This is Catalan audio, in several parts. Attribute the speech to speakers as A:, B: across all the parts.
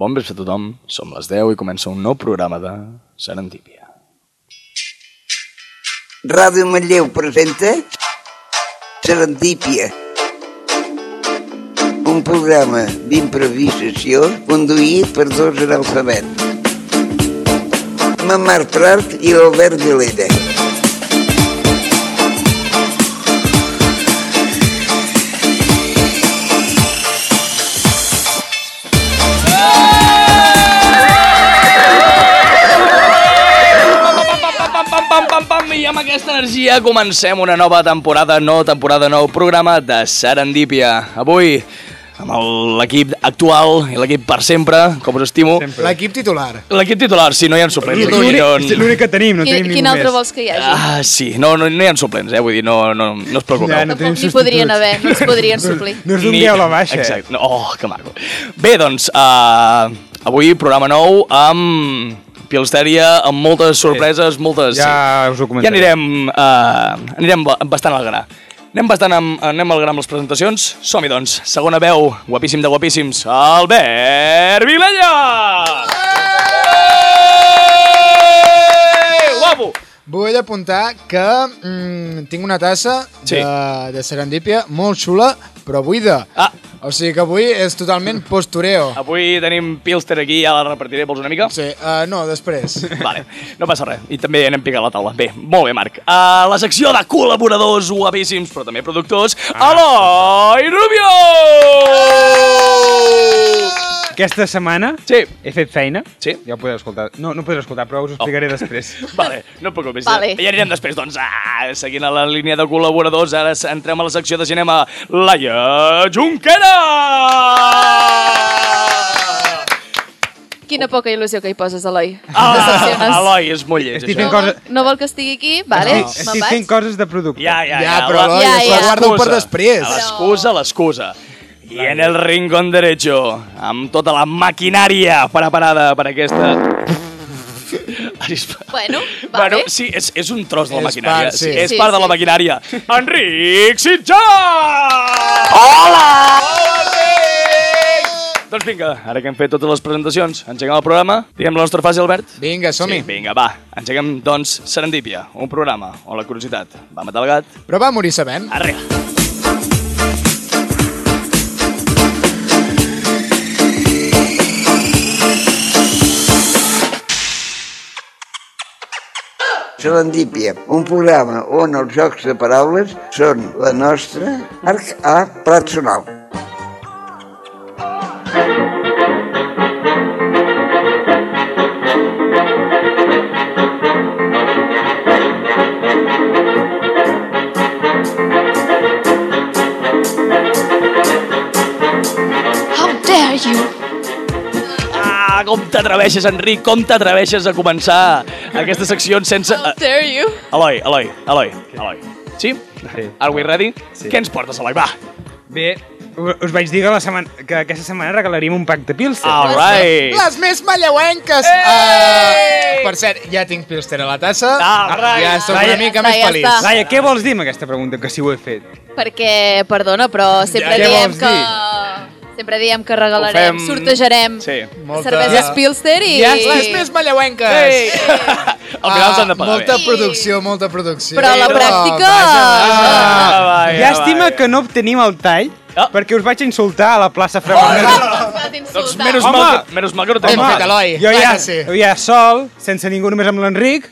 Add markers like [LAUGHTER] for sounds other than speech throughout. A: Bon vespre a tothom, som les 10 i comença un nou programa de Serendípia.
B: Ràdio Manlleu presenta Serendípia, un programa d'improvisació conduït per dos analfabets, la Mar Prat i l'Albert Vilera.
A: Pam, pam, pam, pam, pam, i amb aquesta energia comencem una nova temporada, no temporada, nou programa de Serendípia. Avui, amb el- l'equip actual i l'equip per sempre, com us estimo.
C: L'equip titular.
A: L'equip titular, sí, no hi ha suplents. aquí, no-
D: L'únic l'únic que tenim, no
E: Quin,
D: tenim
E: quin
D: ningú
E: altre
D: més.
E: vols que hi hagi?
A: Ah, sí, no, no, no hi ha suplents, eh? Vull dir, no, no, no us preocupeu.
D: Ja, no tenim
E: Tampoc n'hi
D: substituts.
E: podrien haver, no els podrien suplir.
D: No us
A: Ni-
D: dongueu la baixa. eh?
A: Exacte. No, Oh, que maco. Bé, doncs, uh, avui programa nou amb Pilstèria, amb moltes sorpreses, moltes...
D: Ja us ho
A: Ja
D: comentaré.
A: anirem, uh, anirem ba- bastant al gra. Anem bastant amb, anem al gra amb les presentacions. Som-hi, doncs. Segona veu, guapíssim de guapíssims, Albert Vilella! Eh! Guapo!
C: Vull apuntar que mm, tinc una tassa
A: Sí.
C: de, de serendípia molt xula, però buida.
A: Ah.
C: O sigui que avui és totalment postureo.
A: Avui tenim Pilster aquí, ja la repartiré, vols una mica?
C: Sí, uh, no, després.
A: Vale, no passa res. I també anem picant la taula. Bé, molt bé, Marc. A la secció de col·laboradors guapíssims, però també productors, Eloi Rubio!
E: Ah!
D: Aquesta setmana
A: Sí.
D: he fet feina.
A: Sí.
D: Ja ho podreu escoltar. No, no podreu escoltar, però us ho
A: Oh.
D: explicaré després.
A: [LAUGHS] Vale, no puc més.
E: Vale.
A: Ja anirem després, doncs, ah, seguint a la línia de col·laboradors, ara entrem a la secció de cinema Laia Junquera!
E: Quina poca il·lusió que hi poses, Eloi. Em
A: Ah,
E: decepciones.
A: Eloi, és molt llest,
D: Estic
A: això.
E: No
D: fent coses-
E: vol, no vol que estigui aquí? Vale,
D: Estic,
E: me'n
D: estic fent
E: vaig.
D: coses de producte.
A: Ja, ja,
C: Ja,
A: ja.
C: però, eh,
A: la-
C: Eloi,
E: Ja, això ja.
C: guarda-ho per
A: L'excusa.
C: després.
A: L'excusa, l'excusa. I en el rincón derecho, amb tota la maquinària preparada per aquesta... [LAUGHS]
E: Bueno, vale.
A: Bueno, sí, és, és un tros de la
C: És
A: maquinària.
C: part, sí.
A: és
E: Sí,
A: part de
E: sí.
A: la maquinària.
E: [LAUGHS]
A: Enric Sitjà! Hola! Enric! Doncs vinga, ara que hem fet totes les presentacions, engeguem el programa, diguem la nostra fase, Albert.
C: Vinga, som-hi.
A: Sí, vinga, va. Engeguem, doncs, Serendípia, un programa on la curiositat va matar el gat.
C: Però va morir sabent.
A: Arre!
B: Serendípia, un programa on els jocs de paraules són la nostra arc a plat sonal.
F: How dare you!
A: Ah, com t'atreveixes, Enric, com t'atreveixes a començar aquesta secció sense...
E: How
A: Uh,
E: dare you?
A: Eloi, Eloi, Eloi, Eloi. Sí?
D: Sí.
A: Are we ready? Sí. Què ens portes, Eloi? Va.
D: Bé, u- us vaig dir que, la setmana, que aquesta setmana regalaríem un pack de pilsen.
A: All right.
C: Les més malleuenques! Eh! per cert, ja tinc Pilster a la tassa.
A: Ah, right.
C: ja som
E: Ja
C: una mica
E: està,
C: més
E: ja
C: feliç.
E: està.
D: Laia, què vols dir amb aquesta pregunta, que si ho he fet?
E: Perquè, perdona, però sempre
D: Ja, què
E: diem
D: vols
E: que... Sempre diem que regalarem,
A: Ho fem-
E: sortejarem
A: Sí.
C: Molta-
E: cerveses Pilster i...
C: Ja, les més malleuenques!
A: Al final s'han de pagar
C: Ah, molta
A: bé.
C: producció, molta producció.
E: Però a la pràctica-
C: vaja, vaja.
A: Ah, vaja,
D: Llàstima
A: vaja.
D: que no obtenim el tall,
A: Ah.
D: perquè us vaig insultar a la plaça Fremont.
A: Doncs menys
D: Home!
A: mal, que, menys mal que no
C: Hem
A: tenim
C: Home,
A: mal.
C: fet Eloi.
D: Jo ja,
C: clar que sí. Ah.
D: jo ja sol, sense ningú, només amb l'Enric,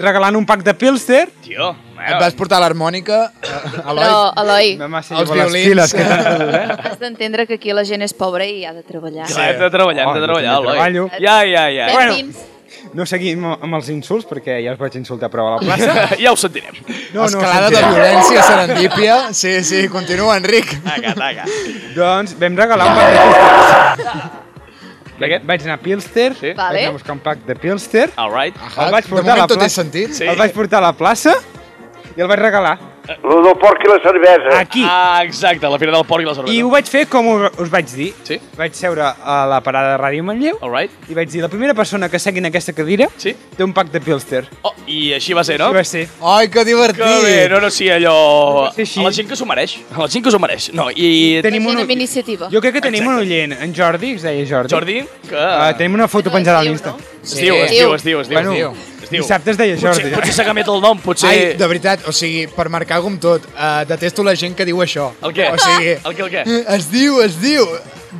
D: regalant un pack de Pilster.
A: Tio,
C: Et vas portar l'harmònica, eh, Eloi?
E: Però, Eloi,
D: Demà se
C: Els
D: llevo les
C: violins.
D: piles que t'han donat, eh?
E: has d'entendre que aquí la gent és pobra i ha de treballar.
A: Clar, hem de treballar, hem de
D: Oh, jo
A: treballar,
D: també
A: Eloi.
D: treballo.
A: Ja, ja, ja.
E: Ben
D: Bueno.
E: dins.
D: No seguim amb els insults, perquè ja els vaig insultar prou a la plaça.
A: [LAUGHS] Ja ho sentirem.
D: No, no,
C: Escalada de
D: sentirem.
C: violència, serendípia. [LAUGHS] Sí, sí, continua, Enric.
A: Taca, taca.
D: Doncs vam regalar un pack de Pilster.
A: De què?
D: Vaig anar a Pilster,
A: Sí.
E: Vale.
D: vaig anar a buscar un pack de Pilster,
A: All right.
C: Aha,
D: el vaig
C: Ah, de
D: portar a
C: moment
D: la
C: tot té
D: plaça.
C: sentit.
A: Sí.
D: El vaig portar a la plaça i el vaig regalar.
G: Lo del porc i la cervesa.
D: Aquí.
A: Ah, exacte, la fira del porc i la cervesa.
D: I ho vaig fer com us us vaig dir.
A: Sí.
D: Vaig seure a la parada de Ràdio Manlleu
A: All right.
D: i vaig dir, la primera persona que segui en aquesta cadira
A: Sí.
D: té un pack de Pilster.
A: Oh, I així va ser, no?
D: No? I va ser.
C: Ai, que divertit.
A: Que bé, no, no, sí, allò...
D: Va ser així.
A: A la gent que s'ho mereix. A la gent que s'ho mereix. No, i...
D: Tenim
E: Tenim
D: un-
E: una iniciativa.
D: Jo crec que tenim un oient, en Jordi, que es deia Jordi.
A: Jordi, eh, que...
D: Uh, tenim una foto penjada a
E: Diu,
D: l'Insta.
E: no?
A: Es diu, es
E: Sí.
A: diu, es diu, es diu.
C: Bueno,
A: es diu.
D: dissabte es deia Jordi.
A: Potser,
D: [LAUGHS]
A: potser s'ha canviat el nom, potser...
C: Ai, de veritat, o sigui, per marcar algun tot, uh, detesto la gent que diu això.
A: El què?
C: O sigui,
A: [LAUGHS] El què, el què?
C: eh, Es diu, es diu,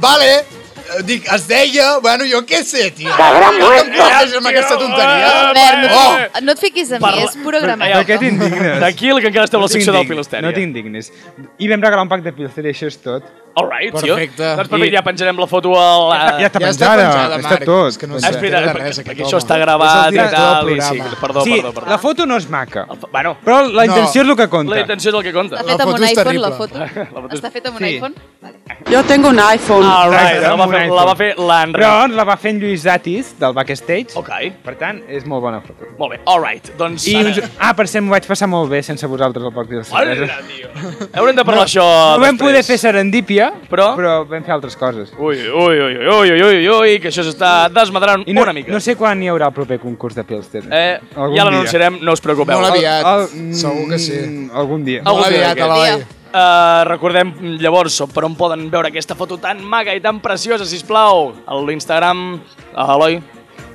C: vale, eh, dic, es deia, bueno, jo què sé, tio.
G: Cabrón,
C: Jo
G: bueno.
A: Ah,
C: tampoc amb aquesta tonteria.
E: Albert, no,
C: Oh!
E: et- no et fiquis a mi,
A: Parla-
E: és programa.
A: Ai,
D: Què t'indignes?
A: D'aquí el que encara esteu a la secció del Filostèria.
D: Oh. No t'indignes. I vam regalar un pack de Pilster i això és tot.
A: All right, tio.
C: Perfecte.
A: Doncs perfecte, ja penjarem la foto a la...
D: ja està
C: ja està
D: penjada,
C: penjada,
D: està
C: Marc.
D: tot.
C: És que no
D: Ah,
C: sé.
A: Espera,
C: no té res,
A: perquè,
C: aquest
A: perquè
C: home.
A: això està
C: És
A: gravat
C: el
A: i
C: director
A: tal.
C: del
A: I sí,
C: programa.
A: perdó,
D: sí,
A: perdó, perdó.
D: la foto no és maca,
A: Bueno,
D: però la
C: No.
D: intenció és el que
A: la
D: compta.
A: intenció és el que compta.
E: Està feta amb
C: foto
E: un
C: és
E: iPhone,
C: terrible.
E: la foto?
A: foto és-
E: Està feta amb un
D: Sí.
E: iPhone? Vale.
H: Yo tengo un iPhone.
A: All right,
D: Exacte,
A: la va
D: amb un
A: fer,
D: iPhone.
A: la va fer l'Enric.
D: Però la va fer en Lluís Datis, del Backstage.
A: Ok,
D: Per tant, és molt bona foto.
A: molt bé, all right. Doncs
D: I
A: ara...
D: uns... Ah, per cert, m'ho vaig passar molt bé sense vosaltres al Parc de les
A: Hola,
D: Cerveses.
A: tio. Haurem de parlar això
D: No vam
A: després.
D: poder fer serendípia,
A: Però?
D: però vam fer altres coses.
A: Ui, ui, ui, ui, ui, ui, ui, ui, que això s'està desmadrant
D: I no,
A: una mica.
D: no sé quan hi haurà el proper concurs de Pilster.
A: Eh,
D: Algun
A: ja
D: dia.
A: l'anunciarem, no us preocupeu.
C: Molt aviat.
D: mm,
C: Segur que sí.
D: Algun dia.
A: Algun
C: Molt
A: dia
C: aviat,
A: d'aquest.
C: Eloi.
A: Uh, recordem, llavors, per on poden veure aquesta foto tan maca i tan preciosa, si plau, a l'Instagram, a Eloi,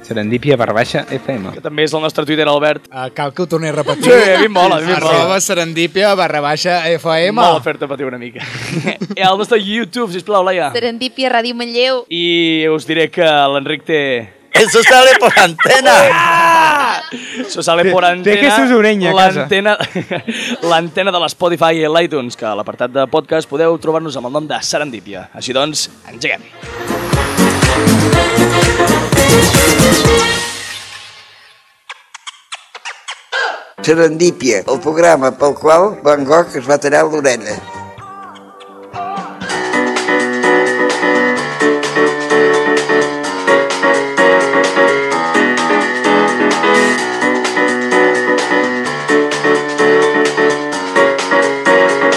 D: Serendípia barra baixa FM.
A: que també és el nostre Twitter, Albert.
C: Uh, cal que ho torni a repetir.
A: Sí, a mi em mola, a mi em mola.
C: Arroba serendipia barra baixa FM.
A: Mola fer-te patir una [LAUGHS] mica. I el nostre YouTube, si plau, Laia.
E: Serendipia, Ràdio Manlleu.
A: I us diré que l'Enric té...
I: Eso sale por antena.
A: Se sale por
D: Té- té
A: antena.
D: que sus orella a casa.
A: L'antena [LAUGHS] l'antena de l'Spotify i l'iTunes, que a l'apartat de podcast podeu trobar-nos amb el nom de Serendipia. Així doncs, engeguem.
B: Serendípia, el programa pel qual Van Gogh es va tallar l'orella.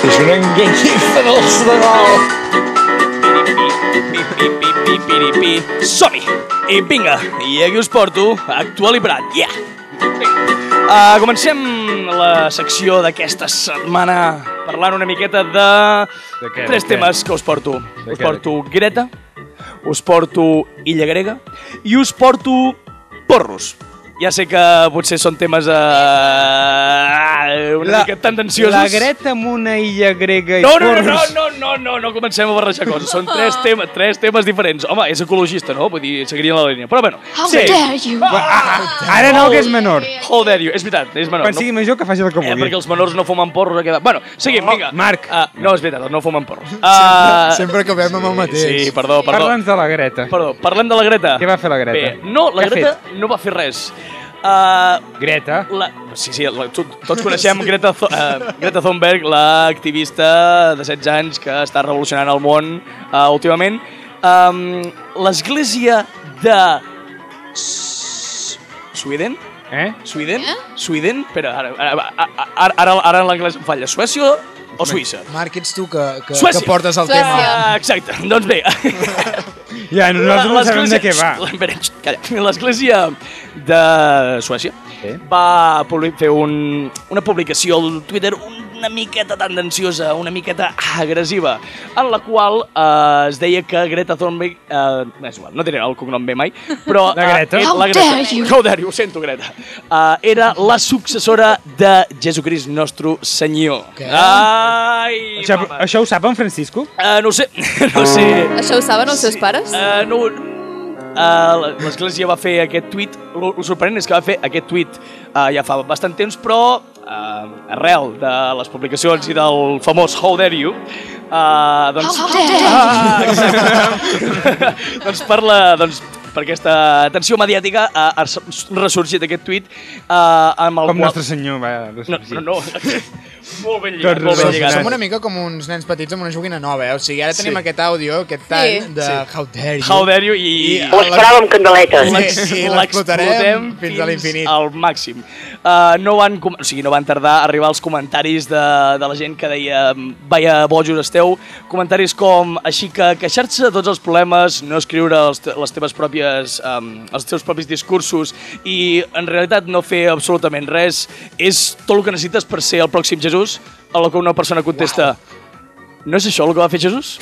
G: És una enganyifa del Senegal.
A: Piripi, Som-hi! I vinga, i aquí us porto Actual i Prat, yeah! Uh, comencem la secció d'aquesta setmana parlant una miqueta de,
D: De què,
A: tres
D: de què?
A: temes que us porto. us
D: De què,
A: porto Greta, us porto Illa Grega i us porto Porros. Ja sé que potser són temes uh, una la, mica tendenciosos.
D: La Greta amb una illa grega i
A: No, no, no, no,
D: porros.
A: no, no, no, no comencem a barrejar coses. Són
F: Ah.
A: tres, temes, tres temes diferents. Home, és ecologista, no? Vull dir, seguiria la línia. Però bueno,
F: How
A: sí.
F: dare you!
D: Ah, Ara no, que és menor.
A: How dare you. És veritat, és menor.
D: Quan sigui major que faci el que
A: Eh, perquè
D: vulgui.
A: els menors no fumen porros. Aquest... Bueno, seguim, vinga.
D: Marc.
A: Ah, no, és veritat, no fumen
D: [LAUGHS]
A: porros. Ah,
C: Sempre acabem amb el mateix.
A: Sí, perdó, perdó.
D: Parla'ns de la Greta.
A: Perdó, parlem de la Greta.
D: Què va fer la Greta?
A: Bé, no, la
D: Què ha
A: Greta no va fer res. Uh,
D: Greta.
A: La... Sí, sí, la... tu- tots coneixem Greta, Th uh, Greta Thunberg, l'activista de 16 anys que està revolucionant el món uh, últimament. Um, L'església de... S- Sweden?
D: Eh?
A: Sweden? Eh? Sweden? Espera, ara, ara, ara, ara, ara, ara en l'anglès em falla. Suècia o Suïssa?
C: Marc, ets tu que, que,
A: Suècia.
C: que portes el
E: Suècia.
C: tema.
A: Ah, exacte, doncs bé.
D: Ja, nosaltres
A: La-
D: no sabem de
A: l'església-
D: què va.
A: Xxt, [LAUGHS] espera, xxt, calla. L'església de Suècia va publi- fer un, una publicació al Twitter una miqueta tendenciosa, una miqueta agressiva, en la qual eh, es deia que Greta Thunberg... Eh, és igual, no diré el cognom bé mai, però...
D: [LAUGHS] La Greta.
A: eh, eh, la
F: How
A: Greta.
F: dare you.
A: How dare you, ho sento, Greta. Eh, era la successora de Jesucrist, nostre senyor.
C: Què?
A: Ai,
D: Això,
A: mama.
D: això ho sap en Francisco?
A: Eh, no ho sé, [LAUGHS] no ho sé.
E: Això ho saben els seus pares?
A: Uh, no, uh, L'Església va fer aquest tuit, el el sorprenent és que va fer aquest tuit uh, ja fa bastant temps, però uh, arrel de les publicacions i del famós How Dare You, uh, doncs...
F: How dare you!
A: Ah, exacte. [LAUGHS] doncs parla, doncs, per aquesta tensió mediàtica ha ha ressorgit aquest tuit eh, amb el
D: Com
A: qual...
D: nostre senyor va
A: No,
D: [LAUGHS] ressorgir.
A: no, no. Molt ben lligat,
D: Tot
A: molt ben lligat.
C: Som una mica com uns nens petits amb una joguina nova, eh? O sigui, ara tenim
A: Sí.
C: aquest àudio, aquest tall
E: Sí.
C: de How Dare You.
A: How dare you i...
C: I-
A: i
H: Ho esperava amb candeletes.
C: Sí, sí, l'explotarem
A: l'explotem
C: fins a l'infinit.
A: Al màxim. Uh, no, van, com- o sigui, no van tardar a arribar els comentaris de, de la gent que deia vaya bojos esteu, comentaris com així que queixar-se de tots els problemes, no escriure els, te les teves pròpies, um, els teus propis discursos i en realitat no fer absolutament res és tot el que necessites per ser el pròxim Jesús, a la que una persona contesta no és això el que va fer Jesús?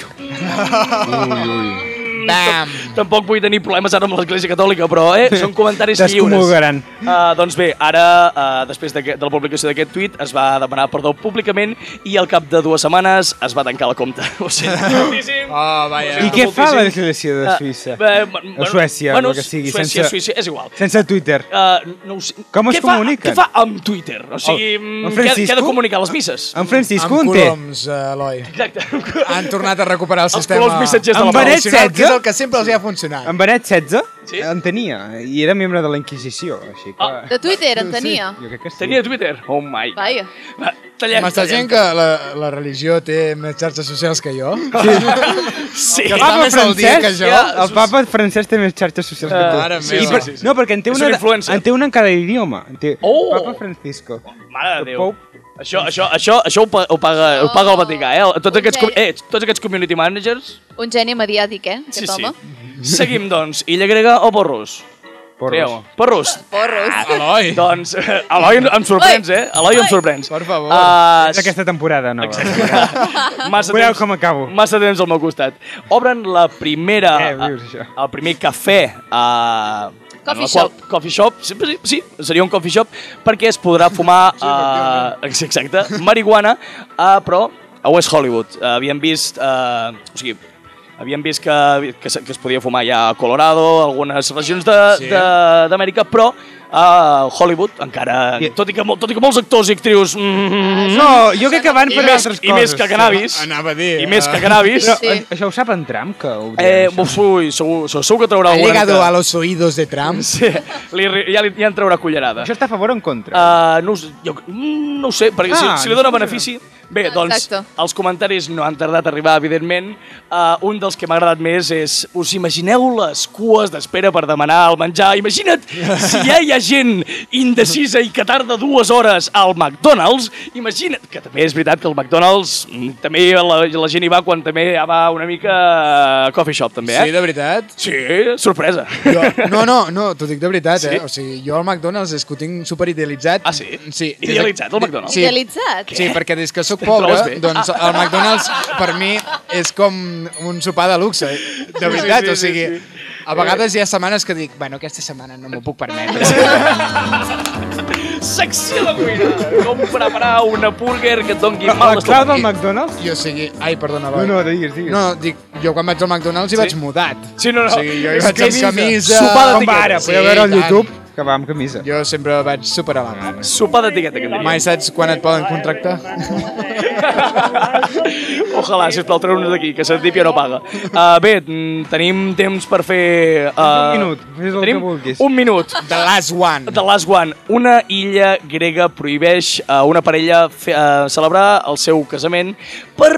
C: Bam!
A: Tampoc vull tenir problemes ara amb l'Església Catòlica, però eh, són comentaris lliures.
D: Descomulgaran.
A: Uh, doncs bé, ara, uh, després de, de la publicació d'aquest tuit, es va demanar perdó públicament i al cap de dues setmanes es va tancar la compte. [LAUGHS] Ho sento moltíssim. Ah,
C: Oh, vaja.
D: Ah. I què fa la
A: moltíssim.
D: legislació de
A: Ah,
D: Suïssa?
A: bé, bueno,
D: o Suècia,
A: bueno,
D: el que sigui.
A: Suècia,
D: sense,
A: Suïcia, és igual.
D: Sense Twitter.
A: Uh, no ho sé.
D: Com es
A: Què fa-
D: comuniquen?
A: Què fa amb Twitter? O sigui,
D: El-
A: mm, què, què ha
D: el
A: de
D: Francisco? Ah.
A: comunicar les misses?
D: En Francisco
C: Amb
D: en té.
C: coloms, eh, Eloi.
A: Exacte. [LAUGHS]
C: Han tornat a recuperar el
A: Els
C: sistema...
A: colors missatgers de la
D: Amb
A: pau.
D: Benet
C: tradicional,
D: setze?
C: Que és el que sempre els hi ha funcionat.
D: En Beret XVI
A: Sí?
D: en tenia, i era membre de la Inquisició, així que...
A: Ah.
E: De Twitter en tenia.
D: Jo crec que sí.
A: Tenia Twitter? Oh my.
E: Vaja.
A: Va, Tallem,
C: M'estàs dient que la, la religió té més xarxes socials que jo?
A: Sí.
C: que
D: El
C: està
D: papa
C: més al dia que
D: Francesc,
C: jo.
A: Ja,
D: el papa Francesc té més xarxes socials que tu.
C: Mare
A: sí,
C: meva.
A: sí, Ah, sí, sí.
D: No, perquè en té
A: És
D: una,
A: un influencer.
D: en té una en cada idioma. En té
A: Oh!
D: Papa Francisco.
A: Mare de
D: El
A: Déu.
D: Pope.
A: Això, això, això, això ho, pa, ho, paga, ho paga el Vaticà, eh? El- Tots aquests, com- eh, tots aquests community managers...
E: Un geni mediàtic, eh? Aquest home.
A: Seguim, doncs. Illa grega o porros? Trieu.
D: Porros.
A: Porros.
E: Porros.
C: Eloi.
A: Doncs, [LAUGHS] eh, Eloi, em sorprens, eh? Eloi, em sorprens.
C: Per favor.
A: Ah,
D: És aquesta temporada nova.
A: [LAUGHS] massa
D: Veureu
A: temps,
D: com acabo.
A: Massa temps al meu costat. Obren la primera...
D: Eh, vius, això.
A: El primer cafè a...
E: Coffee shop.
A: Coffee shop, sí, sí, sí, seria un coffee shop, perquè es podrà fumar, eh, [LAUGHS] exacte, marihuana, eh, però a West Hollywood. Eh, havíem vist, eh, o sigui, havíem vist que, que, se- que es podia fumar ja a Colorado, algunes regions de-
C: Sí.
A: de- d'Amèrica, sí. però a Hollywood encara, tot, i que, mol- tot i que molts actors i actrius... Mm,
D: No, jo crec que van
A: i
D: per
A: més,
D: altres coses.
A: I més que cannabis.
C: Anava a dir,
A: I més
C: eh.
A: que cannabis.
D: Però,
E: Sí.
D: eh, Això ho sap en Trump, que ho dirà,
A: Eh,
D: això.
A: ui, segur, segur, segur que traurà
C: Ha
A: alguna
C: llegado a los oídos de Trump.
A: Sí, li, ri- ja, li, ja en traurà cullerada.
D: Això està a favor o en contra?
A: Uh, no, ho sé, jo, mm, no ho sé, perquè
D: Ah,
A: si, si li
D: no
A: dóna
D: sé.
A: benefici... Bé,
E: Ah,
A: doncs,
E: exacte.
A: els comentaris no han tardat a arribar, evidentment. Uh, un dels que m'ha agradat més és... Us imagineu les cues d'espera per demanar el menjar? Imagina't si ja hi ha gent indecisa i que tarda dues hores al McDonald's. Imagina't... Que també és veritat que el McDonald's... mm, També la, la gent hi va quan també ja va una mica a coffee shop, també, eh?
C: Sí, de veritat?
A: Sí, sorpresa. [LAUGHS]
C: Jo, no, no, no, t'ho dic de veritat, eh?
A: Sí?
C: O sigui, jo al McDonald's és que ho tinc superidealitzat.
A: Ah, sí?
C: Sí.
A: Idealitzat, el McDonald's?
C: Sí,
E: Idealitzat.
C: Sí, perquè des que sóc
A: trobes
C: pobre,
A: bé?
C: doncs el McDonald's per mi és com un sopar de luxe, de veritat,
A: sí,
C: o sigui,
A: sí,
C: a vegades hi ha setmanes que dic, bueno, aquesta setmana no m'ho puc permetre.
A: Secció de cuina. Com preparar una burger que et doni
D: La,
A: mal
D: la clau
A: estómac.
D: del McDonald's?
C: I o sigui, ai, perdona,
D: No,
C: Eloi.
D: no, digues, digues.
C: No, dic, jo quan vaig al McDonald's hi vaig mudat.
A: Sí, no, no.
C: O sigui, jo hi
A: És
C: vaig
A: que he
C: amb
A: vist
C: camisa...
A: sopar de
D: Com va ara?
A: Sí,
D: Podeu veure al
C: i tant.
D: YouTube que va amb camisa.
C: Jo sempre vaig super elegant.
A: Sopar d'etiqueta, que en
C: Mai saps quan et poden contractar.
A: diuen. [LAUGHS] Ojalà, sisplau, treu-nos d'aquí, que Serendipia no paga. Uh, bé, mm, tenim temps per fer... Uh,
D: Un minut, fes el que vulguis.
A: Un minut.
C: The last one.
A: The Last One. Una illa grega prohibeix a una parella fe, a celebrar el seu casament per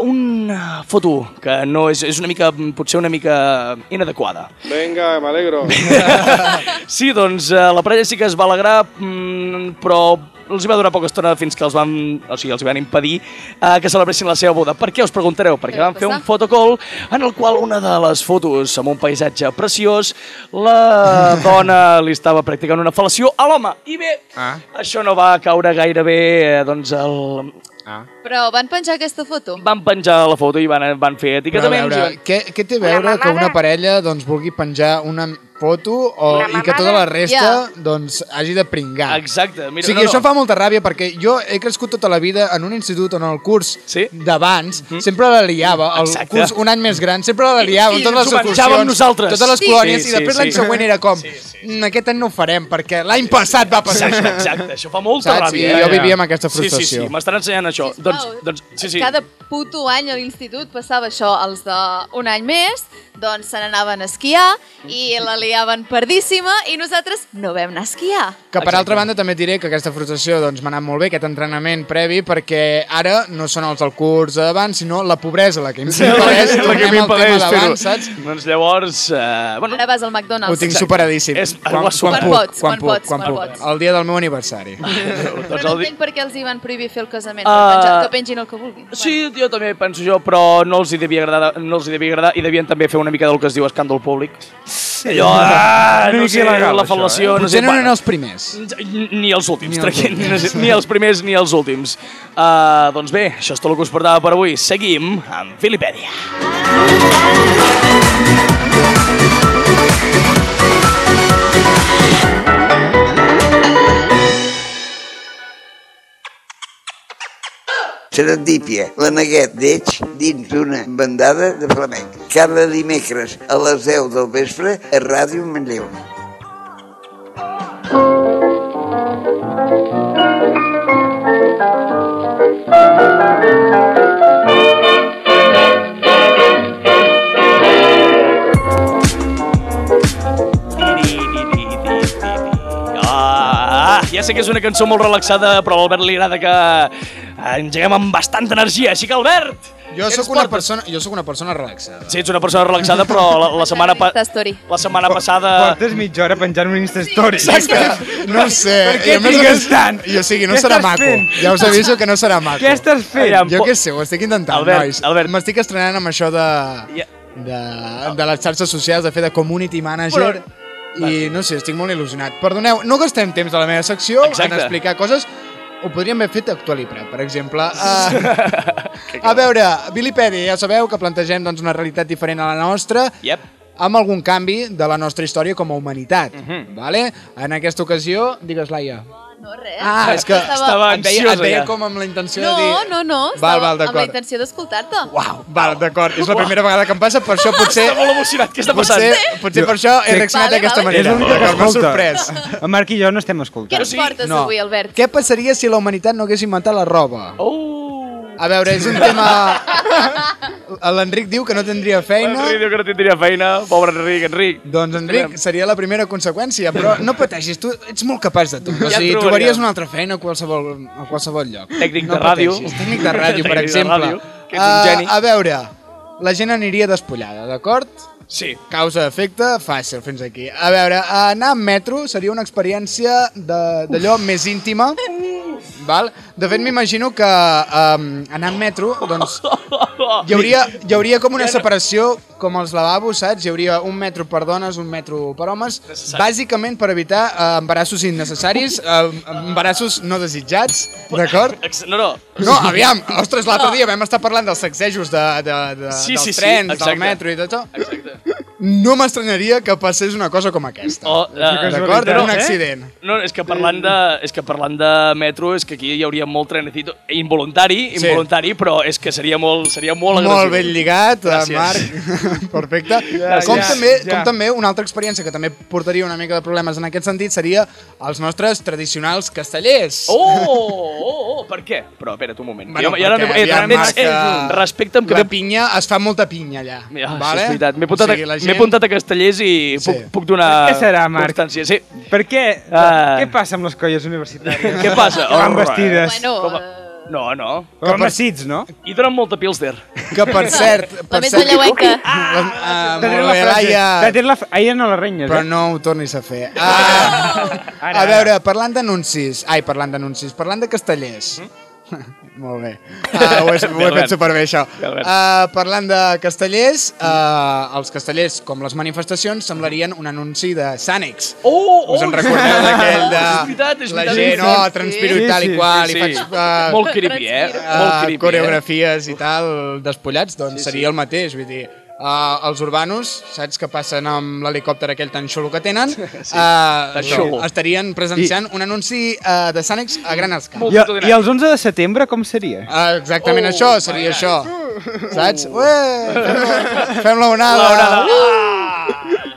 A: una foto que no és, és una mica, potser una mica inadequada.
J: Venga, me alegro.
A: [LAUGHS] Sí, doncs eh, la parella sí que es va alegrar, mm, però els hi va durar poca estona fins que els van, o sigui, els hi van impedir eh, que celebressin la seva boda. Per què us preguntareu? Perquè
E: Què va
A: van fer un
E: passar?
A: fotocall en el qual una de les fotos amb un paisatge preciós,
E: [LAUGHS]
A: la dona li estava practicant una fel·lació a l'home. I bé,
D: Ah.
A: això no va caure gaire bé, eh, doncs el...
D: Ah.
E: Però van penjar aquesta foto.
A: van penjar la foto i van, van fer
C: Però a
A: etiquetaments. i
C: veure,
A: van-
C: què, què té a veure que una parella doncs, vulgui penjar una foto o, i que tota la resta doncs, hagi de pringar?
A: Exacte. Mira,
C: o sigui,
A: no, no.
C: això em fa molta ràbia perquè jo he crescut tota la vida en un institut on el curs
A: Sí. Mhm.
C: d'abans sempre la liava, el
A: Exacte.
C: curs un any més gran sempre la liava,
A: I-
C: amb
A: i
C: totes
A: ens
C: les
A: ho menjàvem
C: excursions,
A: nosaltres.
C: totes les
A: Sí.
C: colònies,
A: Sí,
C: i
A: sí,
C: després
A: sí.
C: l'any següent era com, "Mm, aquest any no ho farem perquè l'any passat va passar
A: Exacte,
C: això. [LAUGHS]
A: exacte, això fa molta
C: Saps?
A: ràbia.
C: I jo
A: eh?
C: vivia amb aquesta
A: Sí, sí,
C: frustració.
A: sí, m'estan ensenyant això. Doncs,
E: Uau,
A: doncs, sí, sí.
E: Cada puto any a l'institut passava això, els d'un any més, doncs se n'anaven a esquiar i la liaven perdíssima i nosaltres no vam anar a esquiar.
C: Que per altra banda també et diré que aquesta frustració doncs, m'ha anat molt bé, aquest entrenament previ, perquè ara no són els del curs d'abans, sinó la pobresa [LAUGHS] la que m'impedeix.
A: [LAUGHS] la que
C: Tornem al tema
A: m'impedeix
C: d'abans,
A: fer-ho.
C: saps?
A: Doncs llavors... Eh, bueno,
E: Ara vas al McDonald's. Doncs
C: Ho tinc
A: Exacte.
C: superadíssim.
A: És- ho has superat.
E: Quan pots, quan pots,
C: quan
E: quan
C: puc.
E: pots.
C: El dia del meu aniversari.
E: Però
A: doncs
E: no
A: el di-
E: entenc per què els hi van prohibir fer el casament,
A: Ah.
E: uh... penjar, que pengin el que vulguin.
A: Sí, jo també penso jo, però no els hi devia agradar, no els hi devia agradar i devien també fer una mica del que es diu escàndol públic. Allò, ah,
D: Una
A: no
D: mica
A: sé,
D: il·legal,
A: la
D: això,
A: fal·lació, no sé...
C: eh? Potser no eren
A: bueno.
C: els primers.
A: Ni els últims, tranquil, ni, els, ni els primers ni els últims. Uh, doncs bé, això és tot el que us portava per avui. Seguim amb Filipèdia.
B: Serendípia, la neguet d'Eix dins d'una bandada de flamenc. Cada dimecres a les 10 del vespre a Ràdio Manlleu.
A: Ah, ja sé que és una cançó molt relaxada, però a l'Albert li agrada que eh, engeguem amb bastanta energia. Així que, Albert,
C: Jo
A: què
C: sóc
A: ens
C: una
A: portes?
C: persona, jo sóc una persona relaxada.
A: Sí, ets una persona relaxada, però la, la setmana, pa
E: Insta story.
A: la setmana passada...
D: Portes mitja hora penjant un Instastory.
C: No ho sé.
D: Per què
C: I a més a
D: trigues
C: més-
D: tant?
C: I o sigui, no
D: Què
C: serà
D: estàs
C: maco.
D: fent?
C: Ja us aviso que no serà maco.
D: Què estàs fent?
A: Aviam,
C: Jo què sé, ho estic intentant,
A: Albert,
C: nois.
A: Albert.
C: M'estic estrenant amb això de,
A: Ja.
C: de, de les xarxes socials, de fer de community manager.
A: Ah. Però-
C: I no sé, estic molt il·lusionat. Perdoneu, no gastem temps a la meva secció
A: Exacte.
C: en explicar coses. Ho podríem haver fet actualipra, per
A: [LAUGHS]
C: exemple. Uh, a veure, Bilipedi, ja sabeu que plantegem doncs, una realitat diferent a la nostra
A: Yep.
C: amb algun canvi de la nostra història com a humanitat.
A: Mhm.
C: vale? En aquesta ocasió, digues, Laia.
E: No, res.
C: Ah, és que
A: Estava
C: et deia, et
A: ansiosa,
C: deia
A: ja.
C: com amb la intenció
E: No,
C: de dir...
E: no, no, estava
C: Val, val,
E: amb la
C: d'acord.
E: intenció d'escoltar-te.
C: Uau, val, d'acord. És la primera vegada que em passa,
E: [LAUGHS]
C: per això potser...
A: Està molt emocionat, què està passant?
C: Potser, potser per això he reaccionat
E: Vale,
C: d'aquesta
E: vale.
D: És
C: manera.
D: l'única que
C: Perquè M'ha
D: escolta.
C: sorprès.
D: En Marc i jo no estem
E: Què
D: escoltant.
E: ens portes
C: No.
E: avui, Albert?
C: Què passaria si la humanitat no hagués inventat la roba?
A: Oh!
C: A veure, és un tema...
E: [LAUGHS]
C: L'Enric diu que no tindria feina.
A: Enric diu que no tindria feina. Pobre Enric, Enric.
C: Doncs, Enric, seria la primera conseqüència, però no pateixis, tu ets molt capaç de tot. O
A: Ja
C: sigui,
A: trobaria.
C: trobaries una altra feina a qualsevol, a qualsevol lloc.
A: Tècnic
C: no
A: de ràdio.
C: pateixis. Tècnic de ràdio, per
A: Tècnic de
C: exemple.
A: ràdio, que ets un
C: Ah,
A: geni.
C: a veure, la gent aniria despullada, d'acord?
A: Sí.
C: Causa-efecte, fàcil, fins aquí. A veure, anar amb metro seria una experiència de- d'allò més íntima. Val? De fet, m'imagino que um, anar amb metro, doncs, hi hauria, hi hauria com una separació, com els lavabos, saps? Hi hauria un metro per dones, un metro per homes, bàsicament per evitar uh, embarassos innecessaris, uh, embarassos no desitjats, d'acord?
A: Ex- No, no.
C: No, aviam, ostres, l'altre dia vam estar parlant dels sacsejos de, de, de,
A: Sí,
C: dels
A: sí, sí,
C: trens,
A: exacte.
C: del metro i tot això. No m'estranyaria que passés una cosa com aquesta.
A: Oh, eh,
C: D'acord?
D: no,
C: Era un
D: eh?
C: accident.
A: no, és que parlant de, és que parlant de metro, és que aquí hi hauria molt trenecito involuntari,
C: Sí.
A: involuntari, però és que seria molt, seria molt agressiu.
C: Molt ben lligat, eh,
A: Gràcies.
C: Marc. [LAUGHS] Perfecte.
D: Gràcies.
C: Com,
D: Ja,
C: també,
D: ja.
C: com també una altra experiència que també portaria una mica de problemes en aquest sentit seria els nostres tradicionals castellers.
A: Oh, oh, oh, per què? Però espera't un moment.
C: Bueno,
A: jo, jo ara
C: perquè
A: eh,
C: aviam,
A: ets, eh,
C: Marc, eh,
A: respecta'm que
C: la
A: m'he-
C: pinya, es fa molta pinya allà.
A: Ja, vale.
C: vale?
A: és veritat. M'he apuntat,
C: o
A: o
C: sigui, la
A: m'he
C: gent...
A: apuntat a castellers i
C: Sí.
A: puc, puc donar
D: Per què serà, Marc?
A: constància. Sí.
D: Per què?
A: Ah.
D: Què passa amb les colles universitàries?
A: Què passa?
D: Que van
A: Alright.
D: vestides.
E: Bueno,
A: Com a-
E: eh,
A: No, no.
D: Com a vestits, no?
A: I donen molta pilsner.
C: Que
A: [LAUGHS]
C: per cert... Per
E: la més
C: cert,
E: manlleuenca.
C: La, ah,
D: T'ha tret
C: molt
D: la
C: bé,
D: frase. T'ha
C: Laia.
D: tret la... fra- Ahir no la renyes,
C: Però
D: eh?
C: no ho tornis a fer. Ah,
D: Ara,
C: a veure, parlant d'anuncis... Ai, parlant d'anuncis, parlant de castellers. [LAUGHS] Molt bé. Ah, ho, he, ho he
A: Albert.
C: fet superbé, això.
A: Albert.
C: Ah, parlant de castellers, ah, els castellers, com les manifestacions, semblarien un anunci de Sànex.
A: Oh,
C: Us en recordeu d'aquell
A: [LAUGHS]
C: de...
A: És veritat, és
C: la
A: veritat.
C: gent, oh, transpiro
D: Sí,
C: i tal i
D: sí,
C: qual, i
A: sí.
C: faig... ah,
A: Molt creepy, eh? Molt
C: uh,
A: creepy, eh?
C: coreografies i tal, despullats, doncs seria el mateix, vull dir, uh, els urbanos, saps que passen amb l'helicòpter aquell tan xulo que
A: [LAUGHS]
C: tenen, uh,
A: xulo.
C: estarien presenciant un anunci uh, de Sànex a gran escala.
A: Molt-
D: I, I els 11 de setembre com seria?
C: Uh, exactament
A: Oh,
C: això, seria això. [LAUGHS] Saps? Ué, fem- fem la onada.
A: La onada.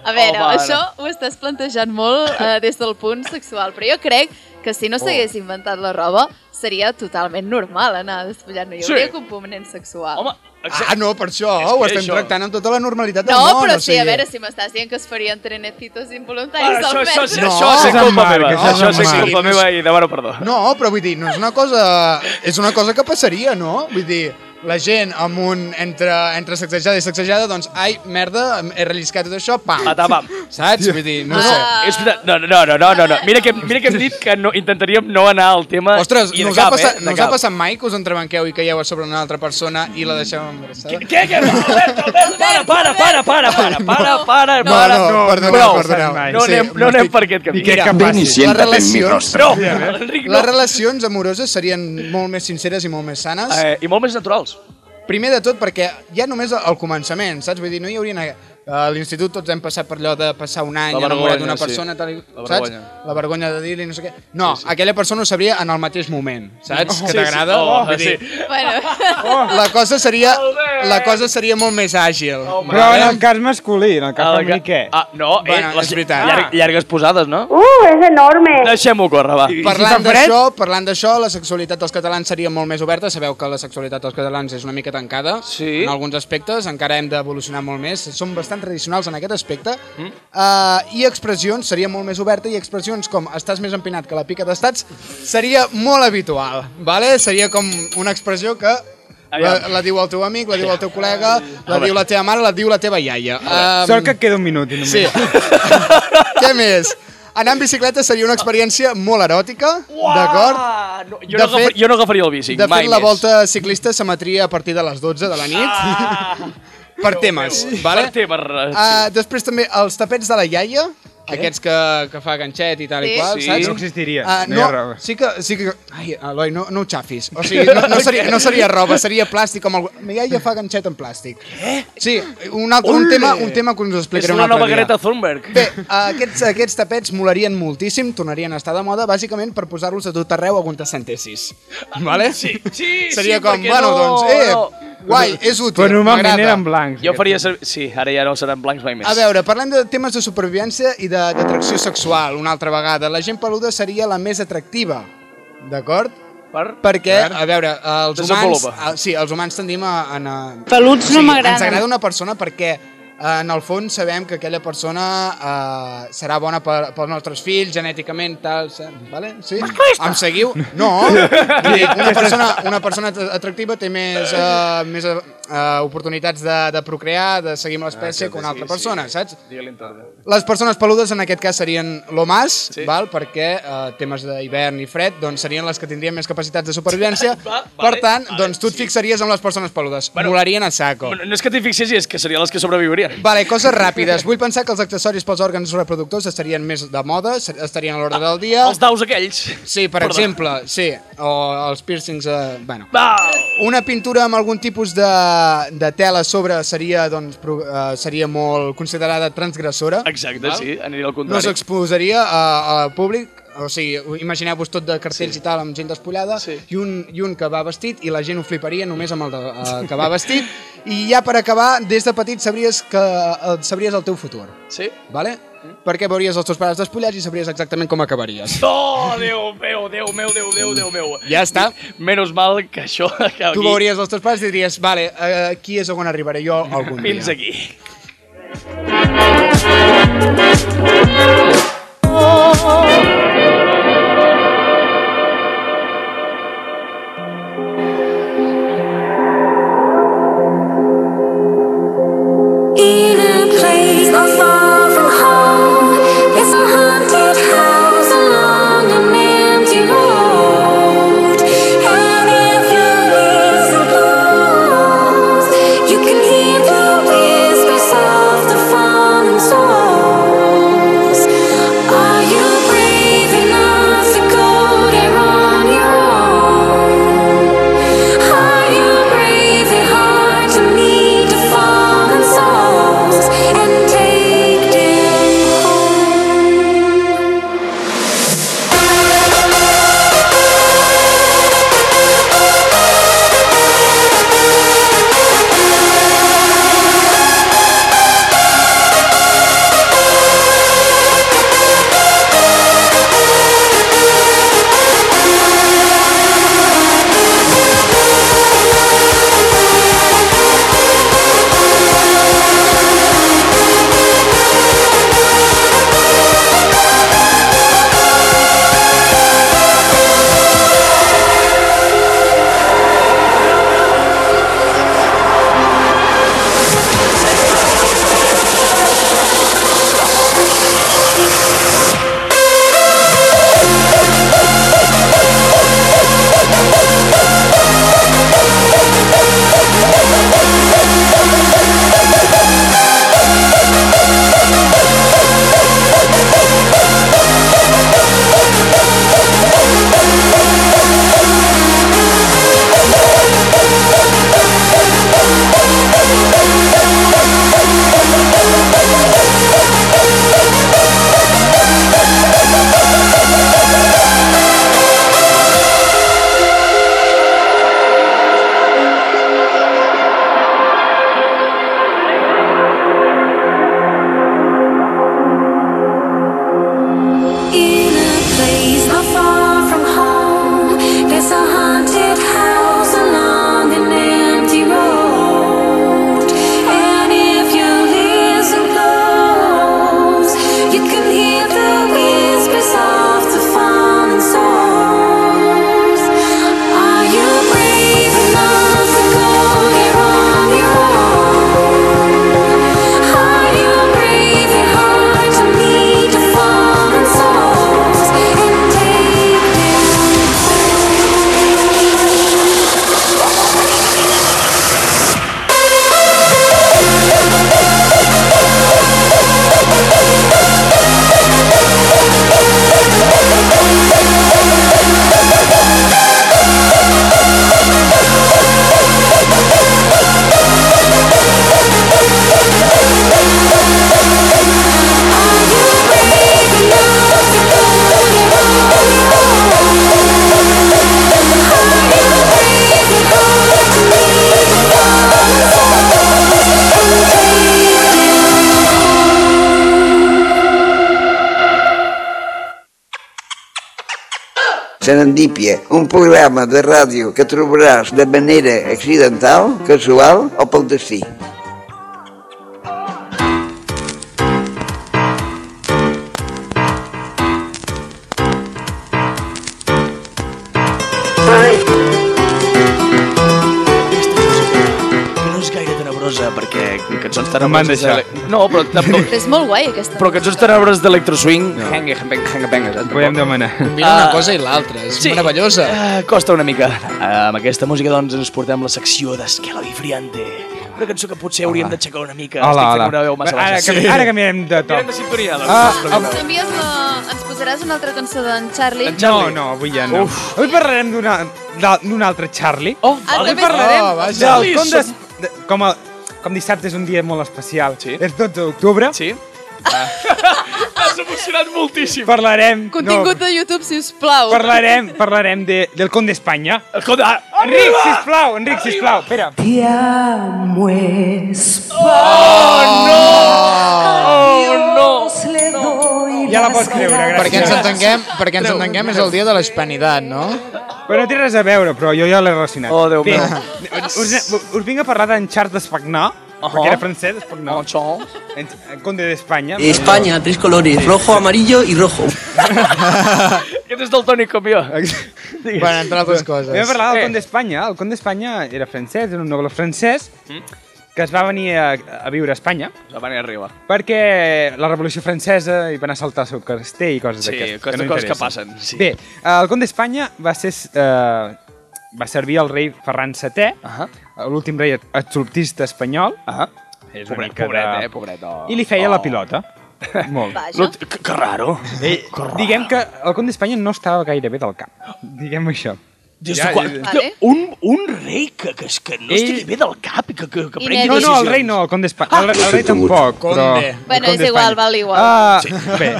E: A veure,
C: Ah!
A: Home,
E: això ho estàs plantejant molt eh, des del punt sexual, però jo crec que
A: Oh.
E: si no s'hagués inventat la roba, seria totalment normal anar despullat. No hi
A: Sí.
E: hauria component sexual.
A: Home,
C: Ah, no, per això,
A: És
C: ho
A: que
C: estem
A: això-
C: tractant amb tota la normalitat del
E: No,
C: món.
E: però
C: o
E: sí,
C: sigui,
E: a veure, si m'estàs dient que es farien trenecitos involuntaris
A: Bueno, això,
E: al
A: això,
E: metro.
A: això,
C: No,
A: això és
D: és en
A: culpa
D: Marc,
A: meva.
D: això és
A: Això
D: en
A: és
D: Marc.
A: culpa meva i demano perdó.
C: No, però vull dir, no és una cosa... És una cosa que passaria, no? Vull dir, la gent amb un... Entre, entre sacsejada i sacsejada, doncs, ai, merda, he relliscat tot això, pam.
A: Patà, pam.
C: Saps? Vull dir, no sé.
E: Ah.
A: És veritat. No, no, no, no, no, no. Mira que, mira que hem dit que no, intentaríem no anar al tema
C: Ostres,
A: i de
C: no us,
A: cap,
C: ha passat,
A: eh?
C: no
A: De
C: us ha
A: cap.
C: passat mai que us entrebanqueu i caieu a sobre una altra persona i la deixeu embarassada?
A: Què, què? Albert, Albert, para, para, para, para, para, para, para,
C: No,
A: para.
C: no, perdoneu,
A: Prou.
C: perdoneu.
A: No anem, no anem per aquest camí.
D: Mira,
C: Mira,
D: ven
I: y
C: siéntate en mi relacions-
A: No, Enric,
C: Les
A: no.
C: relacions amoroses serien molt més sinceres i molt més sanes.
A: Eh, I molt més naturals.
C: Oh, Primer de tot perquè ja només al començament, saps? Vull dir, no hi hauria... una- A l'institut tots hem passat per allò de passar un any
A: La
C: enamorat
A: vergonya,
C: d'una
A: sí.
C: persona, tal i...
A: La
C: saps?
A: vergonya.
C: La vergonya de dir-li no sé què. No, aquella persona ho sabria en el mateix moment, saps? que t'agrada.
A: Oh,
C: Vull
A: sí.
C: dir,
E: Bueno,
C: La cosa seria...
A: Albert!
C: La cosa seria molt més àgil.
D: Però en el cas masculí, en el cas femení, què?
A: Ah, no, eh,
C: Bueno,
A: les
C: és veritat.
A: llarg- llargues posades, no?
H: Uh, és enorme.
A: Deixem-ho córrer, va.
D: I si
C: Parlant
D: fa fred?
C: d'això, parlant d'això, la sexualitat dels catalans seria molt més oberta. Sabeu que la sexualitat dels catalans és una mica tancada
A: Sí.
C: en alguns aspectes, encara hem d'evolucionar molt més. Som bastant tradicionals en aquest aspecte. Uh, I expressions seria molt més oberta i expressions com estàs més empinat que la pica d'estats seria molt habitual, vale? Seria com una expressió que la,
A: Aviam.
C: la diu el teu amic, la diu el teu col·lega, la diu la teva mare, la diu la teva iaia. Um,
D: Sort que queda un minut i només.
C: Sí. [LAUGHS] Què més? Anar en bicicleta seria una experiència molt eròtica, d'acord?
A: Ah, no, jo,
C: De
A: no agafar,
C: fet-
A: jo no agafaria el bici,
C: De
A: mai
C: fet, la
A: més.
C: volta ciclista s'emetria a partir de les 12 de la nit. per temes, vale?
A: Per tema, sí.
C: Uh, després també els tapets de la iaia, aquests que, que fa ganxet i tal i
E: Sí.
C: qual,
A: Sí.
C: saps?
D: No existiria.
C: Ah,
D: No hi ha
C: no,
D: roba.
C: sí que, sí que... Ai, Eloi, no, no ho xafis. O sigui, no, no, seria, no seria roba, seria plàstic. Amb el... Ma iaia fa ganxet en plàstic. Què? Sí, un, altre, un,
A: Ole!
C: tema, un tema que us
A: és
C: explicaré un
A: una
C: altre
A: nova
C: dia.
A: Greta Thunberg.
C: Bé, eh, aquests, aquests tapets molarien moltíssim, tornarien a estar de moda, bàsicament per posar-los a tot arreu on te sentessis. Vale?
A: Sí, sí,
C: Seria
A: sí,
C: com,
A: perquè
C: bueno,
A: no,
C: doncs, eh,
A: no.
C: guai, és útil,
D: Però normalment
C: m'agrada.
D: eren blancs.
A: Jo faria servir... Sí, ara ja no seran blancs mai més.
C: A veure, parlem de temes de supervivència i de- d'atracció sexual una altra vegada. La gent peluda seria la més atractiva, d'acord?
A: Per...
C: Perquè, a veure, els humans...
A: Desenvolupa.
C: eh, Sí, els humans tendim a... a, a
H: Peluts no
C: Ens agrada
H: m'agraden.
C: una persona perquè eh, en el fons sabem que aquella persona eh, serà bona per, pels nostres fills, genèticament, tal, sa- vale? Sí? Em seguiu? No.
H: [LAUGHS]
C: Vull dir, Una persona, una persona at- atractiva té més, eh, més eh, oportunitats de, de procrear, de seguir amb l'espècie que una altra persona, saps?
A: Digue-li en tot.
C: Les persones peludes en aquest cas serien lo más, val? perquè eh, temes d'hivern i fred doncs serien les que tindrien més capacitats de supervivència.
A: [LAUGHS] Va,
C: per
A: vale,
C: tant,
A: vale,
C: doncs tu et fixaries amb les persones peludes.
A: Bueno,
C: Volarien a saco.
A: Bueno, No és que t'hi fixessis, és que serien les que sobreviurien.
C: Vale, coses ràpides. Vull pensar que els accessoris pels òrgans reproductors estarien més de moda, ser- estarien a l'ordre del dia.
A: Ah, Els daus aquells.
C: Sí, per
A: Perdó.
C: exemple, sí. O els piercings... Eh, bueno.
A: Va!
C: Una pintura amb algun tipus de, de tela a sobre seria, doncs, pro, eh, seria molt considerada transgressora.
A: Exacte, sí, aniria al
C: No
A: contrari.
C: s'exposaria a- al públic, o sigui, imagineu-vos tot de cartells sí. i tal amb gent despullada
A: Sí.
C: i, un, i un que va vestit i la gent ho fliparia només amb el de, eh, que va vestit i ja per acabar, des de petit sabries, que, eh, sabries el teu futur
A: Sí?
C: vale?
A: Mm.
C: Perquè veuries els teus pares despullats i sabries exactament com acabaries.
A: [LAUGHS] Oh, Déu meu, Déu meu, Déu, Déu, Déu meu.
C: Ja està.
A: Menos mal que això [LAUGHS] acaba
C: Tu
A: aquí.
C: veuries els teus pares i diries, vale, eh, aquí és on arribaré jo
A: [LAUGHS]
C: algun dia.
A: Fins aquí.
F: In a place not far from home, it's a haunted house along an empty road. And if your whistle blows, you can hear the whispers of the falling soul.
B: Serendípia, un programa de ràdio que trobaràs de manera accidental, casual o pel destí.
A: No és gaire tenebrosa, perquè cançons tan...
D: No m'han deixat.
A: No, però tampoc...
E: És molt guai, aquesta.
A: Però cançons tenebres d'electroswing... No. Hanga, hanga, hanga, hanga,
D: Podem demanar.
C: Combina
A: Ah.
C: una cosa i l'altra, és meravellosa.
A: Uh, costa una mica. Uh, amb aquesta música, doncs, ens portem la secció d'Esquela Vifriante. Una cançó que potser hauríem d'aixecar una mica.
D: Hola,
A: Estic
D: hola.
A: fent una veu massa
D: Ara,
A: baixa.
D: que,
A: [LAUGHS]
D: ara canviarem de
A: Mirem
D: top.
A: de sintonia, doncs.
D: Ah,
E: Ens envies la... Ens posaràs una altra cançó d'en Charlie?
A: En
D: no,
A: Charlie.
D: no, avui ja no.
A: Uf.
D: Avui parlarem d'una- d'al- d'un altre Charlie.
A: Oh,
E: Ah,
A: vale.
E: també-
D: parlarem
C: Oh, vaja.
D: del
A: Charlie,
D: com, des...
A: som-
D: de, com, a, com dissabte és un dia molt especial.
A: Sí.
D: És 12 d'octubre.
A: Sí? Ah. M'has emocionat moltíssim.
D: Parlarem...
E: Contingut de YouTube, si us plau.
D: No, parlarem parlarem de, del con d'Espanya.
A: Escolta, ah,
D: Enric, sisplau, Enric, sisplau, espera.
F: Te amo, España. Oh, no! Oh, no! Le doy
D: Ja la pots creure, gràcies.
C: Perquè ens entenguem, perquè ens entenguem és el dia de l'hispanitat, no?
D: Però no té res a veure, però jo ja l'he relacionat.
A: Oh, Déu
D: Bé,
A: meu.
D: Us, us vinc a parlar d'en Charles d'Espagnar, uh -huh. perquè era francès, Espagnar.
A: No, xons.
D: En, en conde d'Espanya.
H: España, tres colores, rojo, amarillo y rojo.
A: Aquest és del Toni com jo.
C: Bueno, entre altres coses.
D: Vam parlar
A: Eh.
D: del Conde d'Espanya. El Conde d'Espanya era francès, era un noble francès,
A: Mm.
D: que es va venir a, a viure a Espanya
A: La van arriba.
D: perquè la Revolució Francesa hi van assaltar el seu castell i coses
A: Sí,
D: d'aquestes.
A: coses-
D: no
A: coses que
D: interessen.
A: passen, sí.
D: Bé, el Conde d'Espanya va ser... Eh, va servir al rei Ferran VII,
A: Ahà.
D: l'últim rei absolutista espanyol,
A: Ah.
D: És una
A: Pobret,
D: mica
A: pobret,
D: de-
A: eh? Pobret. Oh.
D: i li feia la pilota.
A: [LAUGHS]
D: Molt.
E: Vaja.
A: No, que, que raro.
D: Eh, diguem que el Conde d'Espanya no estava gaire bé del cap. Diguem això.
A: Des
D: Ja,
A: de quan?
D: ja,
E: ja.
A: Que Un, un rei que, que, és que no
D: Ell-
A: estigui bé del cap i que, que, que prengui
D: No,
E: Inèdit.
D: no,
A: decisions. Ah!
D: el rei no, el conde Espanya. El, el rei tampoc, però...
C: Conde.
D: el
E: Bueno,
D: conde
E: és igual,
D: Espanya.
E: val igual.
D: Ah, bé,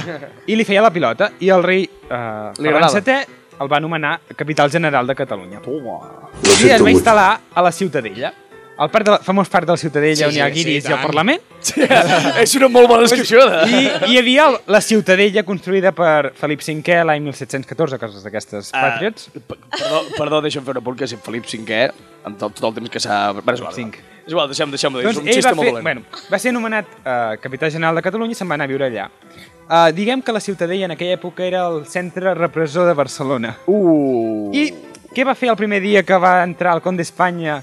D: i li feia la pilota i el rei eh, Ferran
A: agradava.
D: VII el va anomenar capital general de Catalunya.
A: Toma.
D: I es va instal·lar a la Ciutadella, al parc de la, famós parc de la Ciutadella sí, on hi ha
C: sí, sí,
D: guiris
C: i
D: sí, i el
C: tant.
D: Parlament.
A: Sí, [LAUGHS] és una molt bona eh? descripció.
D: I
A: De...
D: hi havia el- la Ciutadella construïda per Felip V l'any 1714, coses d'aquestes uh, Patriots.
A: Ah. P- Perdó, perdó, deixa'm fer una punt que si Felip V, amb tot, tot el temps que s'ha... Bueno, és igual,
D: Cinc.
A: És igual, deixem, deixem, és
D: Doncs
A: un
D: ell va,
A: xiste molt
D: fer,
A: dolent.
D: bueno, va ser anomenat eh, capità general de Catalunya i se'n va anar a viure allà. Eh, diguem que la Ciutadella en aquella època era el centre repressor de Barcelona.
A: Uh.
D: I què va fer el primer dia que va entrar el Conde d'Espanya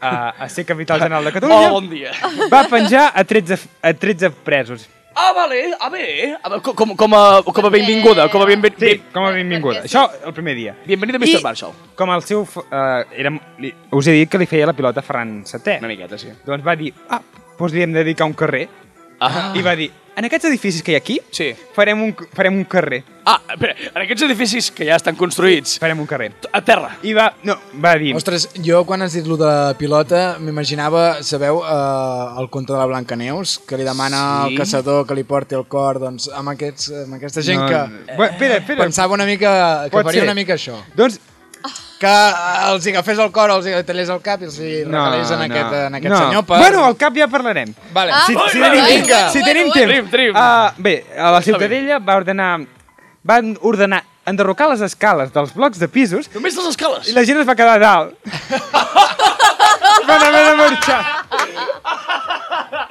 D: a, a ser capital general de
A: Hola,
D: Catalunya?
A: Oh, bon dia.
D: Va penjar a 13, f- a 13 presos.
A: Ah, vale, a bé. A bé com, com, com, a, com a benvinguda, com a benven...
D: Sí,
A: ben,
D: com a benvinguda. Això el primer dia.
A: Bienvenida, Mr. Marshall.
D: com el seu... f- Eh, era, li, us he dit que li feia la pilota a Ferran
A: Una
D: VII.
A: miqueta, sí.
D: Doncs va dir, ah, doncs li hem de dedicar un carrer.
A: Ah.
D: I va dir, en aquests edificis que hi ha aquí,
A: Sí.
D: farem, un, farem un carrer.
A: Ah, espera, en aquests edificis que ja estan construïts,
D: Farem un carrer.
A: a terra.
D: I va... No, va dir...
C: Ostres, jo quan has dit lo de pilota m'imaginava, sabeu, eh, el conte de la Blancaneus, que li demana
A: Sí.
C: sí. al caçador que li porti el cor, doncs, amb, aquests, amb aquesta gent no, que
D: eh, Bueno, espera, espera.
C: pensava una mica, que
D: Pot
C: faria
D: ser.
C: una mica això.
D: Doncs...
C: Que eh, els hi agafés el cor, els hi tallés el cap i els hi
D: No,
C: regalés en
D: no,
C: aquest, eh, en aquest
D: no.
C: senyor per...
D: Bueno, al cap ja parlarem.
C: Vale.
E: Ah,
D: Si,
E: bueno,
D: si,
A: bueno,
D: tenim,
E: vinga.
D: si
E: Bueno,
D: tenim
E: bueno.
D: temps.
A: Trim, trim.
D: Ah, bé, a la Ciutadella va ordenar... Van ordenar enderrocar les escales dels blocs de pisos
A: Només les escales.
D: i la gent es va quedar a
C: [LAUGHS]
D: dalt. van haver de marxar.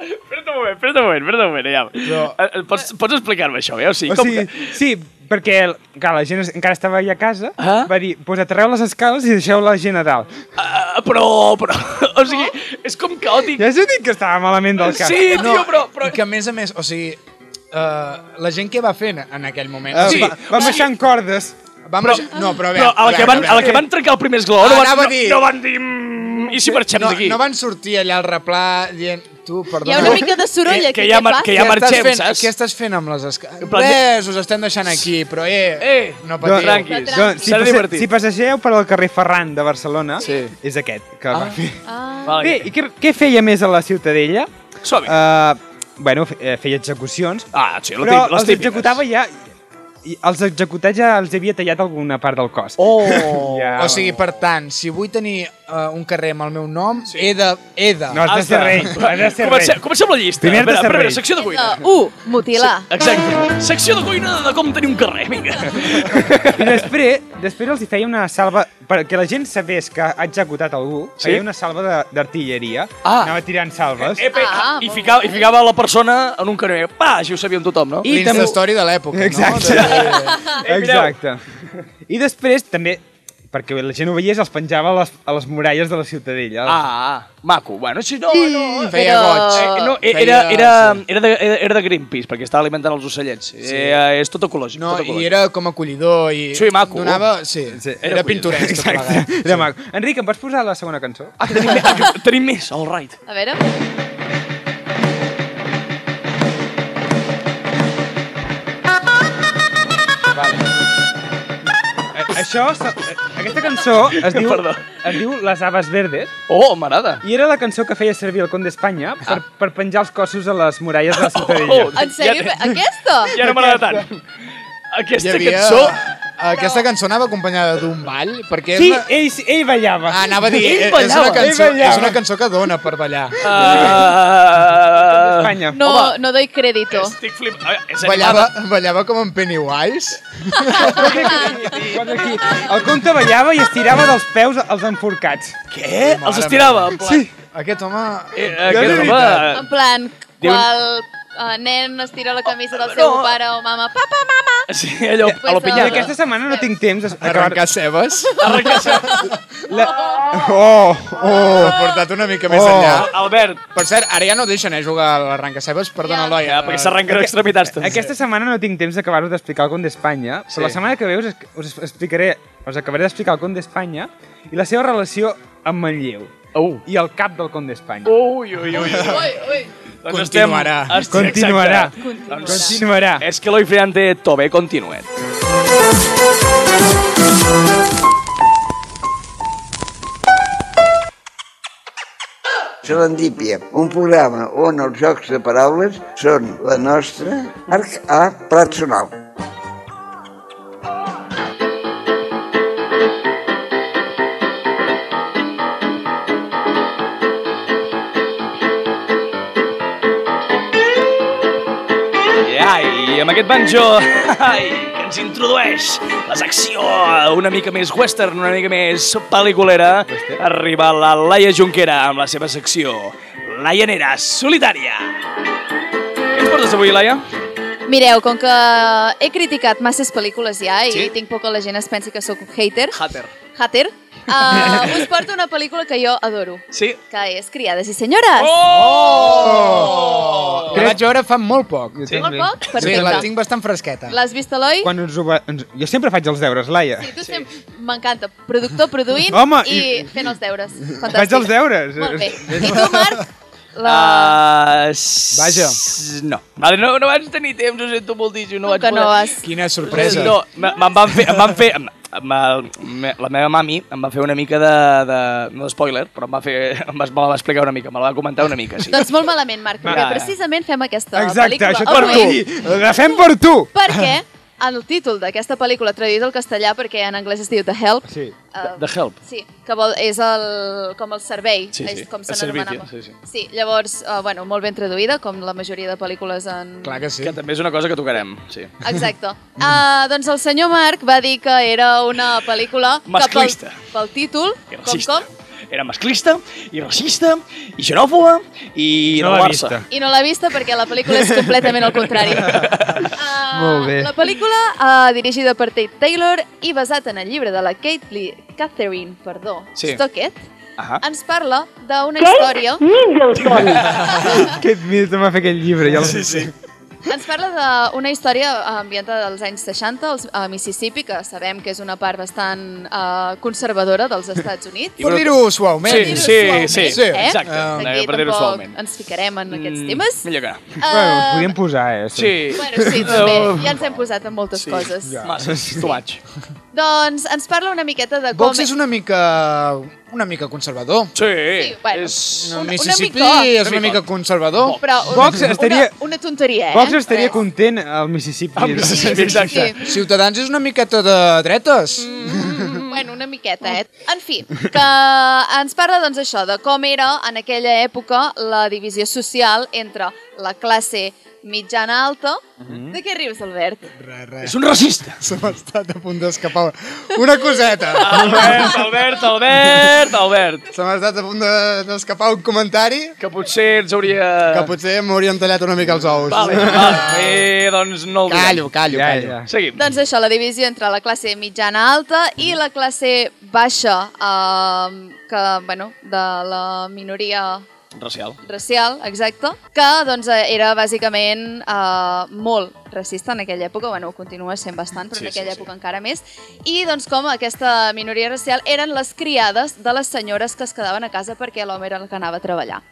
A: Espera't un moment, espera't un moment, espera't un moment, ja. Eh, eh, Pots, pots explicar-me això, ja? O sigui,
D: O
A: com
D: sigui,
A: que...
D: sí, perquè clar, la gent es- encara estava allà a casa,
A: Ah.
D: va dir, pues aterreu les escales i deixeu la gent a dalt.
A: Ah, però, però... [LAUGHS] O sigui, és com caòtic.
D: Ja us he dit que estava malament del cap.
A: Sí, tio, però... però...
C: I que a més a més, o sigui, eh, la gent què va fent en aquell moment?
D: Ah,
A: Sí.
D: Va, va baixant cordes.
C: Vam però, no, però a veure...
A: Però a la que van,
C: veure,
A: a la que van trencar el primer esglaó no,
C: Ah, Anava
A: van,
C: a dir-
A: no, no van dir... "Mm, I si marxem
C: no,
A: d'aquí?
C: no van sortir allà al replà dient, tu, perdona...
E: Hi ha una mica de soroll
A: Que-
E: aquí,
A: que hi ha
E: què
A: mar-
E: passa?
A: que hi ha mar- marxem,
C: estàs fent,
A: saps?
C: Què estàs fent amb les escales?
A: plan,
C: Res, us estem deixant aquí, però eh,
A: Eh,
C: no
A: Doncs,
C: patiu.
A: tranquis.
E: No
D: Doncs, si,
A: Serà
D: passe,
A: divertit.
D: si passegeu per al carrer Ferran de Barcelona,
A: Sí.
D: és aquest que ah. va fer.
E: Ah,
A: Vale.
D: Bé, i què, què feia més a la Ciutadella?
A: Som-hi.
D: Uh, bueno, fe- eh, feia execucions,
A: Ah, sí, la
D: però
A: típica- les
D: els
A: típiques.
D: executava ja i els executats ja els havia tallat alguna part del cos. [LAUGHS]
C: Oh.
D: Ja.
C: O sigui, per tant, si vull tenir uh, un carrer amb el meu nom, sí. he de... He de.
D: No, has de ser rei. Has de ser rei.
A: Comencem, comencem la llista.
D: Primer has de
A: Espera,
D: ser
A: espera,
D: rei.
A: secció de cuina.
E: Uh, u, mutilar.
A: Exacte. Secció de cuina de com tenir un carrer, vinga.
D: I després, després els hi feia una salva... Perquè la gent sabés que ha executat algú,
A: Sí?
D: sí? feia una salva de- d'artilleria.
A: Ah.
D: Anava tirant salves.
A: Epe,
E: Ah,
A: Eh, I,
E: molt
A: ficava, I ficava la persona en un carrer. Pa, així ho sabíem tothom, no?
D: I també-
C: L'Instastory de l'època, no?
D: Exacte.
A: [LAUGHS] Ei, mireu.
D: Exacte. I després també perquè la gent ho veiés, els penjava a les, a les muralles de la ciutadella.
A: Ah, ah, maco. Bueno, si no... no
C: Feia
E: Però-
C: goig.
A: Eh, no,
C: Feia-
A: era, era, era, de, era- era de Greenpeace, perquè estava alimentant els ocellets. Sí. Eh, és tot ecològic.
C: No,
A: tot
C: i
A: ecològic.
C: era com acollidor i...
A: Sí, maco.
C: Donava... Sí,
D: Sí,
C: era, era pintoresc. tot
D: Exacte.
A: [LAUGHS]
C: plegat.
D: Era maco. Enric, em pots posar la segona cançó?
A: Ah, tenim, més, tenim més, all right.
E: A veure.
D: A això, se- eh, aquesta cançó es diu,
A: Perdó.
D: es diu Les Aves Verdes
A: Oh, m'agrada.
D: i era la cançó que feia servir el Conde d'Espanya per, per penjar els cossos a les muralles de la ciutadella.
A: Oh, oh.
E: En sèrio?
A: Ja-
E: Aquesta?
A: [LAUGHS] Ja no m'agrada tant.
C: Hi
A: Aquesta
C: havia...
A: cançó...
C: Aquesta cançó anava acompanyada d'un ball, perquè
D: Sí,
C: és una...
D: ell, ell ballava.
C: Ah, anava a dir,
A: Ell
C: és
A: ballava,
C: una,
A: ell
C: cançó,
D: ballava.
C: és una cançó que dona per ballar.
A: Uh,
D: Espanya.
E: No, no doy crédito.
A: estic flip... Ah, és animada.
C: Ballava, ballava com en Pennywise.
D: Quan aquí, el Conde ballava i es tirava dels peus als enforcats.
A: Què? Els estirava. Sí.
C: Aquest home...
A: Eh, aquest home...
E: En plan,
A: Diu- Ah,
E: qual eh, nen es tira la camisa del seu
A: No.
E: pare o mama. Papa, mama!
A: Sí, allò, a la
E: Pues,
D: I
E: Ah.
A: pinyada.
D: aquesta setmana no tinc temps d'acabar...
C: Arrencar cebes.
D: La... Oh!
C: Oh, ha portat una mica més
D: Oh.
C: enllà.
A: Albert,
C: Per cert, ara ja no deixen eh, jugar a l'arrenca cebes. Perdona,
E: Ja.
C: Eloi.
A: ja, perquè s'arrenquen extremitats. també.
D: Aquesta setmana no tinc temps d'acabar-vos d'explicar el Conde d'Espanya, però
A: Sí.
D: la setmana que ve us, us explicaré, us acabaré d'explicar el Conde d'Espanya i la seva relació amb Manlleu
A: Uh.
D: i el cap del Conde d'Espanya.
A: Ui, ui, ui. ui.
E: Ui, ui.
A: Doncs estem-
C: Continuarà.
A: Exacte. Doncs,
D: Continuarà.
E: Continuarà.
D: Continuarà.
A: És que Eloi Friant té tobe continuet.
B: Serendípia, un programa on els jocs de paraules són la nostra arc a plat sonal.
A: Ai, amb aquest banjo [LAUGHS] ai, que ens introdueix la secció una mica més western, una mica més pel·liculera, arriba la Laia Junquera amb la seva secció Laianera Solitària. Què ens portes avui, Laia?
E: Mireu, com que he criticat masses pel·lícules ja i
A: Sí?
E: tinc por que la gent es pensi que sóc un hater,
A: Hatter.
D: [LAUGHS]
E: hater, uh, us porto una pel·lícula que jo adoro,
A: Sí?
E: que és Criades i Senyores.
D: Oh!
A: Oh!
C: La vaig veure fa molt poc.
D: Jo
A: Sí?
E: Molt
D: també.
E: poc?
C: Sí, la
E: Perfecte.
C: tinc bastant fresqueta.
E: L'has vist, Eloi?
D: Quan ens ho va... ens... Jo sempre faig els deures, Laia.
E: Sí, tu sempre... M'encanta. Productor, produint
D: Home,
E: i,
D: i-
E: fent els deures. Fantàstic.
D: Faig els deures.
E: Molt
D: [LAUGHS]
E: bé. I tu, Marc? La...
A: Uh, s-
C: Vaja.
A: No. Vale, no, no vaig tenir temps, ho sento moltíssim. No
E: Com
A: vaig
E: que no
A: poder.
E: has...
C: Quina sorpresa.
A: No, me- me'n van fer... Em van fer em, em, el- me- la meva mami em va fer una mica de... de no spoiler, però em va fer... Em va, me la va explicar una mica, me la va comentar una mica, sí.
E: Doncs molt malament, Marc, perquè
A: Va.
E: precisament fem aquesta
D: Exacte,
E: pel·lícula.
D: això és per
E: avui.
D: tu. Agafem per tu.
E: Perquè el títol d'aquesta pel·lícula traduït al castellà, perquè en anglès es diu The Help,
D: Sí.
E: eh,
A: The Help.
E: sí, que vol, és el, com el servei,
A: Sí, sí,
E: és com
A: el
E: se
A: servicio,
E: n'anomenava.
A: sí, sí.
E: sí, llavors, eh, bueno, molt ben traduïda, com la majoria de pel·lícules en,
C: Clar que sí.
A: Que també és una cosa que tocarem, sí.
E: Exacte. Uh, doncs el senyor Marc va dir que era una pel·lícula... que pel-
A: Masclista.
E: Pel, títol,
A: Era
E: com
A: racista.
E: com,
A: Era masclista, i racista, i xenòfoba, i de
D: No l'ha
A: Barça.
D: vista.
E: i no l'ha vista perquè la pel·lícula és completament al
A: [LAUGHS]
E: contrari. Uh,
D: Molt bé.
E: La pel·lícula, uh, dirigida per Tate Taylor i basat en el llibre de la Kate Lee, Catherine perdó,
A: Sí.
E: Stockett,
A: Ahà.
E: ens parla d'una història...
D: Aquest mil em va fer aquell llibre. Ja sí, sí.
E: Ens parla d'una història ah, ambientada als anys 60 als- a Mississippi, que sabem que és una part bastant uh, conservadora dels Estats Units.
C: Per dir-ho suaument.
A: Sí, sí, sí,
C: Sí.
A: exacte.
C: Eh,
A: Eh,
E: Aquí
A: per dir-ho
E: tampoc
A: suaument.
E: ens ficarem en aquests
A: Mm,
E: temes.
A: Millor que no.
E: Eh,
D: Bueno, us podíem posar, eh?
A: Sí.
E: Bueno, sí, també. Ja ens hem posat en moltes
A: Sí,
E: coses.
A: Massa, too much.
E: Doncs ens parla una miqueta de com...
C: Vox és una mica una mica conservador.
A: Sí,
E: Sí, bueno.
A: és...
E: Una- una
C: Mississippi
E: mica.
C: és una mica conservador.
E: Però una,
D: Vox estaria-
E: una, una tonteria, eh?
D: Vox estaria
E: Res.
D: content al Mississippi.
A: Al Mississippi, exacte.
E: Sí.
C: Ciutadans és una miqueta de dretes.
E: Mm, Bueno, una miqueta, eh? En fi, que ens parla, doncs, això, de com era en aquella època la divisió social entre la classe mitjana-alta... De què rius, Albert?
C: Res, res.
A: És un racista.
C: Se m'ha estat a punt d'escapar una coseta.
A: Ah,
C: [LAUGHS]
A: Albert, Albert, Albert, Albert.
C: Se m'ha estat a punt de- d'escapar un comentari
A: Que potser ens hauria...
C: que potser m'haurien tallat una mica els ous.
A: Vale, vale. Bé, doncs no el direm.
C: Callo, callo,
D: Ja,
C: callo.
D: ja.
A: Seguim.
E: Doncs això, la divisió entre la classe mitjana-alta i la classe baixa, eh, que, bueno, de la minoria
A: Racial.
E: racial, exacte, que doncs, eh, era bàsicament eh, molt racista en aquella època, bueno, continua sent bastant, però
A: Sí,
E: en aquella
A: sí, sí.
E: època encara més, i doncs com aquesta minoria racial eren les criades de les senyores que es quedaven a casa perquè l'home era el que anava a treballar.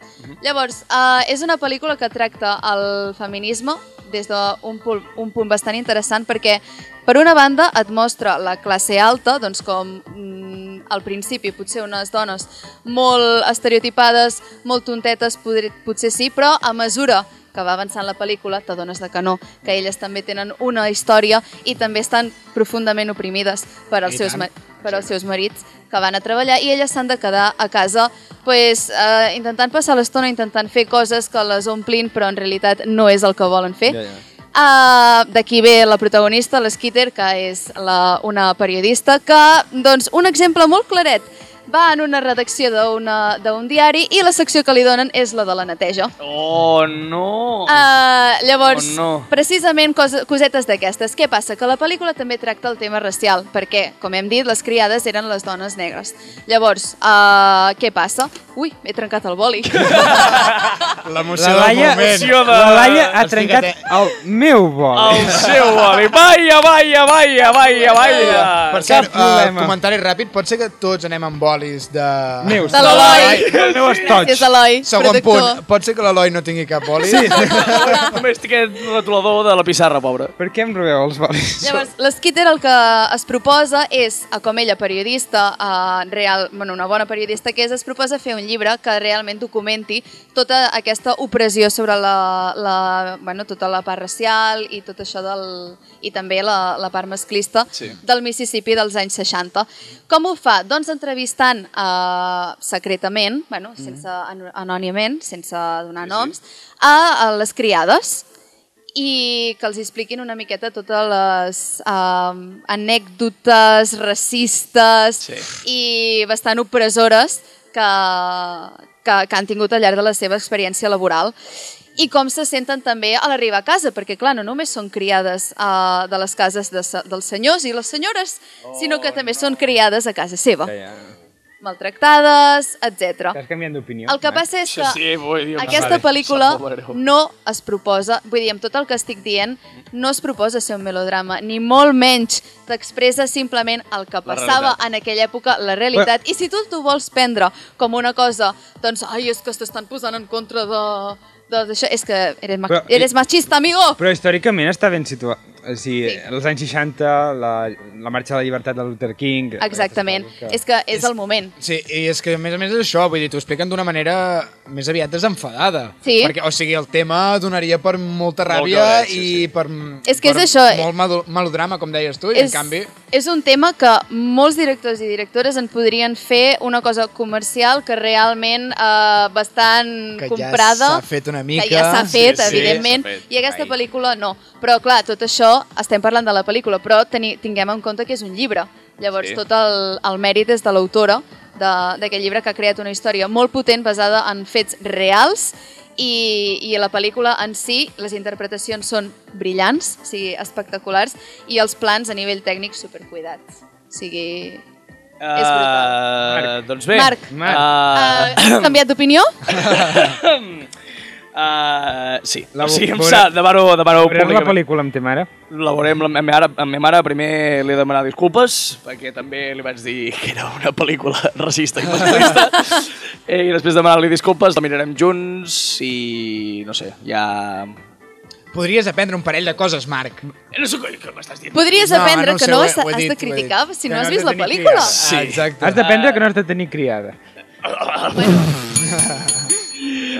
E: Llavors, eh, és una pel·lícula que tracta el feminisme des d'un punt, un punt bastant interessant perquè, per una banda, et mostra la classe alta, doncs com mm, al principi potser unes dones molt estereotipades, molt tontetes, podri, potser sí, però a mesura que va avançant la pel·lícula t'adones de que no, que elles també tenen una història i també estan profundament oprimides per als,
C: I
E: seus,
C: tant.
E: ma- per als seus marits que van a treballar i elles s'han de quedar a casa pues, eh, intentant passar l'estona, intentant fer coses que les omplin però en realitat no és el que volen fer.
D: Ja, ja.
E: Uh, D'aquí ve la protagonista, l'Skitter, que és la, una periodista, que, doncs, un exemple molt claret, va en una redacció d'una- d'un diari i la secció que li donen és la de la neteja.
A: Oh, no.
E: Uh, llavors,
A: Oh, no.
E: precisament cosa, cosetes d'aquestes. Què passa? Que la pel·lícula també tracta el tema racial, perquè, com hem dit, les criades eren les dones negres. Llavors, uh, què passa? Ui, he trencat
A: [LAUGHS]
E: el boli.
C: L'emoció
D: La
C: del
D: Laia,
C: moment.
A: Emoció de-
D: la Laia ha
C: Estic
D: trencat
C: atent.
D: el meu bol. [LAUGHS]
A: El seu avi. Vaya, vaya, vaya, vaya, vaya.
C: Per cert, uh,
D: problema.
C: comentari ràpid, pot ser que tots anem amb bolis de...
D: Neus.
E: De l'Eloi.
D: El meu estoig.
E: Gràcies, Eloi,
C: Doncs, Segon
E: productor.
C: punt, pot ser que l'Eloi no tingui cap boli? Sí.
E: [LAUGHS]
A: Només té aquest retolador de la pissarra, pobre.
D: Per què em robeu els
E: [LAUGHS]
D: bolis?
E: Llavors, l'Skitter el que es proposa és, a com ella periodista, eh, real, bueno, una bona periodista que és, es proposa fer un llibre que realment documenti tota aquesta opressió sobre la, la, bueno, tota la part racial i tot això del, i també la, la part masclista
A: Sí.
E: del Mississippi dels anys 60. Com ho fa? Doncs entrevistant eh, secretament, bueno, sense, an- anònimament, sense donar noms, a, a les criades i que els expliquin una miqueta totes les um, anècdotes racistes
A: Sí.
E: i bastant opressores que, que, que han tingut al llarg de la seva experiència laboral i com se senten també a l'arribar a casa, perquè clar, no només són criades uh, de les cases de, se- dels senyors i les senyores, oh, sinó que també no. són criades a casa seva,
D: Ja, ja.
E: maltractades, etc.
D: Estàs canviant d'opinió.
E: El que
D: Marc?
E: passa és que
A: vull dir...
E: aquesta pel·lícula no es proposa, vull dir, amb tot el que estic dient, no es proposa ser un melodrama, ni molt menys t'expressa simplement el que passava en aquella època, la realitat, i si tu t'ho vols prendre com una cosa, doncs, ai, és que s'estan posant en contra de de- d'això, és que eres, ma
D: Però-
E: eres machista, amigo!
D: Però històricament està ben situat. O sigui,
E: Sí.
D: sí. els anys 60, la, la marxa de la llibertat de Luther King...
E: Exactament, és que és el moment.
C: [LAUGHS] Sí, i és que a més a més és això, vull dir, t'ho expliquen d'una manera més aviat desenfadada.
E: Sí.
C: Perquè, o sigui, el tema donaria per molta ràbia
A: cadet, sí,
C: i
A: sí.
C: per,
E: És que és
C: per
E: això, eh?
C: molt melo- melodrama, com deies tu, i en canvi...
E: És un tema que molts directors i directores en podrien fer una cosa comercial que realment eh, bastant
C: Que ja
E: comprada.
C: s'ha fet una mica.
E: Que ja s'ha
C: Sí,
E: fet,
C: sí,
E: evidentment.
A: s'ha fet.
E: I aquesta pel·lícula no. Però clar, tot això, estem parlant de la pel·lícula, però teni, tinguem en compte que és un llibre. Llavors
A: Sí.
E: tot el, el mèrit és de l'autora de- d'aquest llibre que ha creat una història molt potent basada en fets reals i, i la pel·lícula en si, les interpretacions són brillants, o sigui, espectaculars, i els plans a nivell tècnic supercuidats. O sigui... És
A: Uh, doncs bé.
E: Marc.
D: Marc.
E: Uh,
C: Ah.
A: Uh,
E: has canviat d'opinió?
C: [LAUGHS]
A: [LAUGHS] uh, eh, sí,
D: La
A: o sigui, em
D: veurà-
A: sap, demano, demano
D: Veuràs la
A: públicament.
D: pel·lícula amb ta mare?
A: La veurem amb la meva mare, amb la meva mare. Primer li he de demanar disculpes, perquè també li vaig dir que era una pel·lícula racista i masclista. I després de demanar-li disculpes, la mirarem junts i, no sé, ja...
C: Podries aprendre un parell de coses, Marc.
A: No sé què m'estàs dient.
E: Podries
C: No,
E: aprendre
C: no ho
E: que
C: sé,
E: no
C: ho he-
E: has,
C: ho he
E: has de
C: dit, ho he dit.
E: criticar si
C: Que
E: no
C: no
E: has
C: has
E: vist
C: de
E: la
C: tenir
E: pel·lícula.
C: criats.
A: Sí.
C: Ah, exacte.
D: Has d'aprendre que no has de tenir criada.
E: Ah,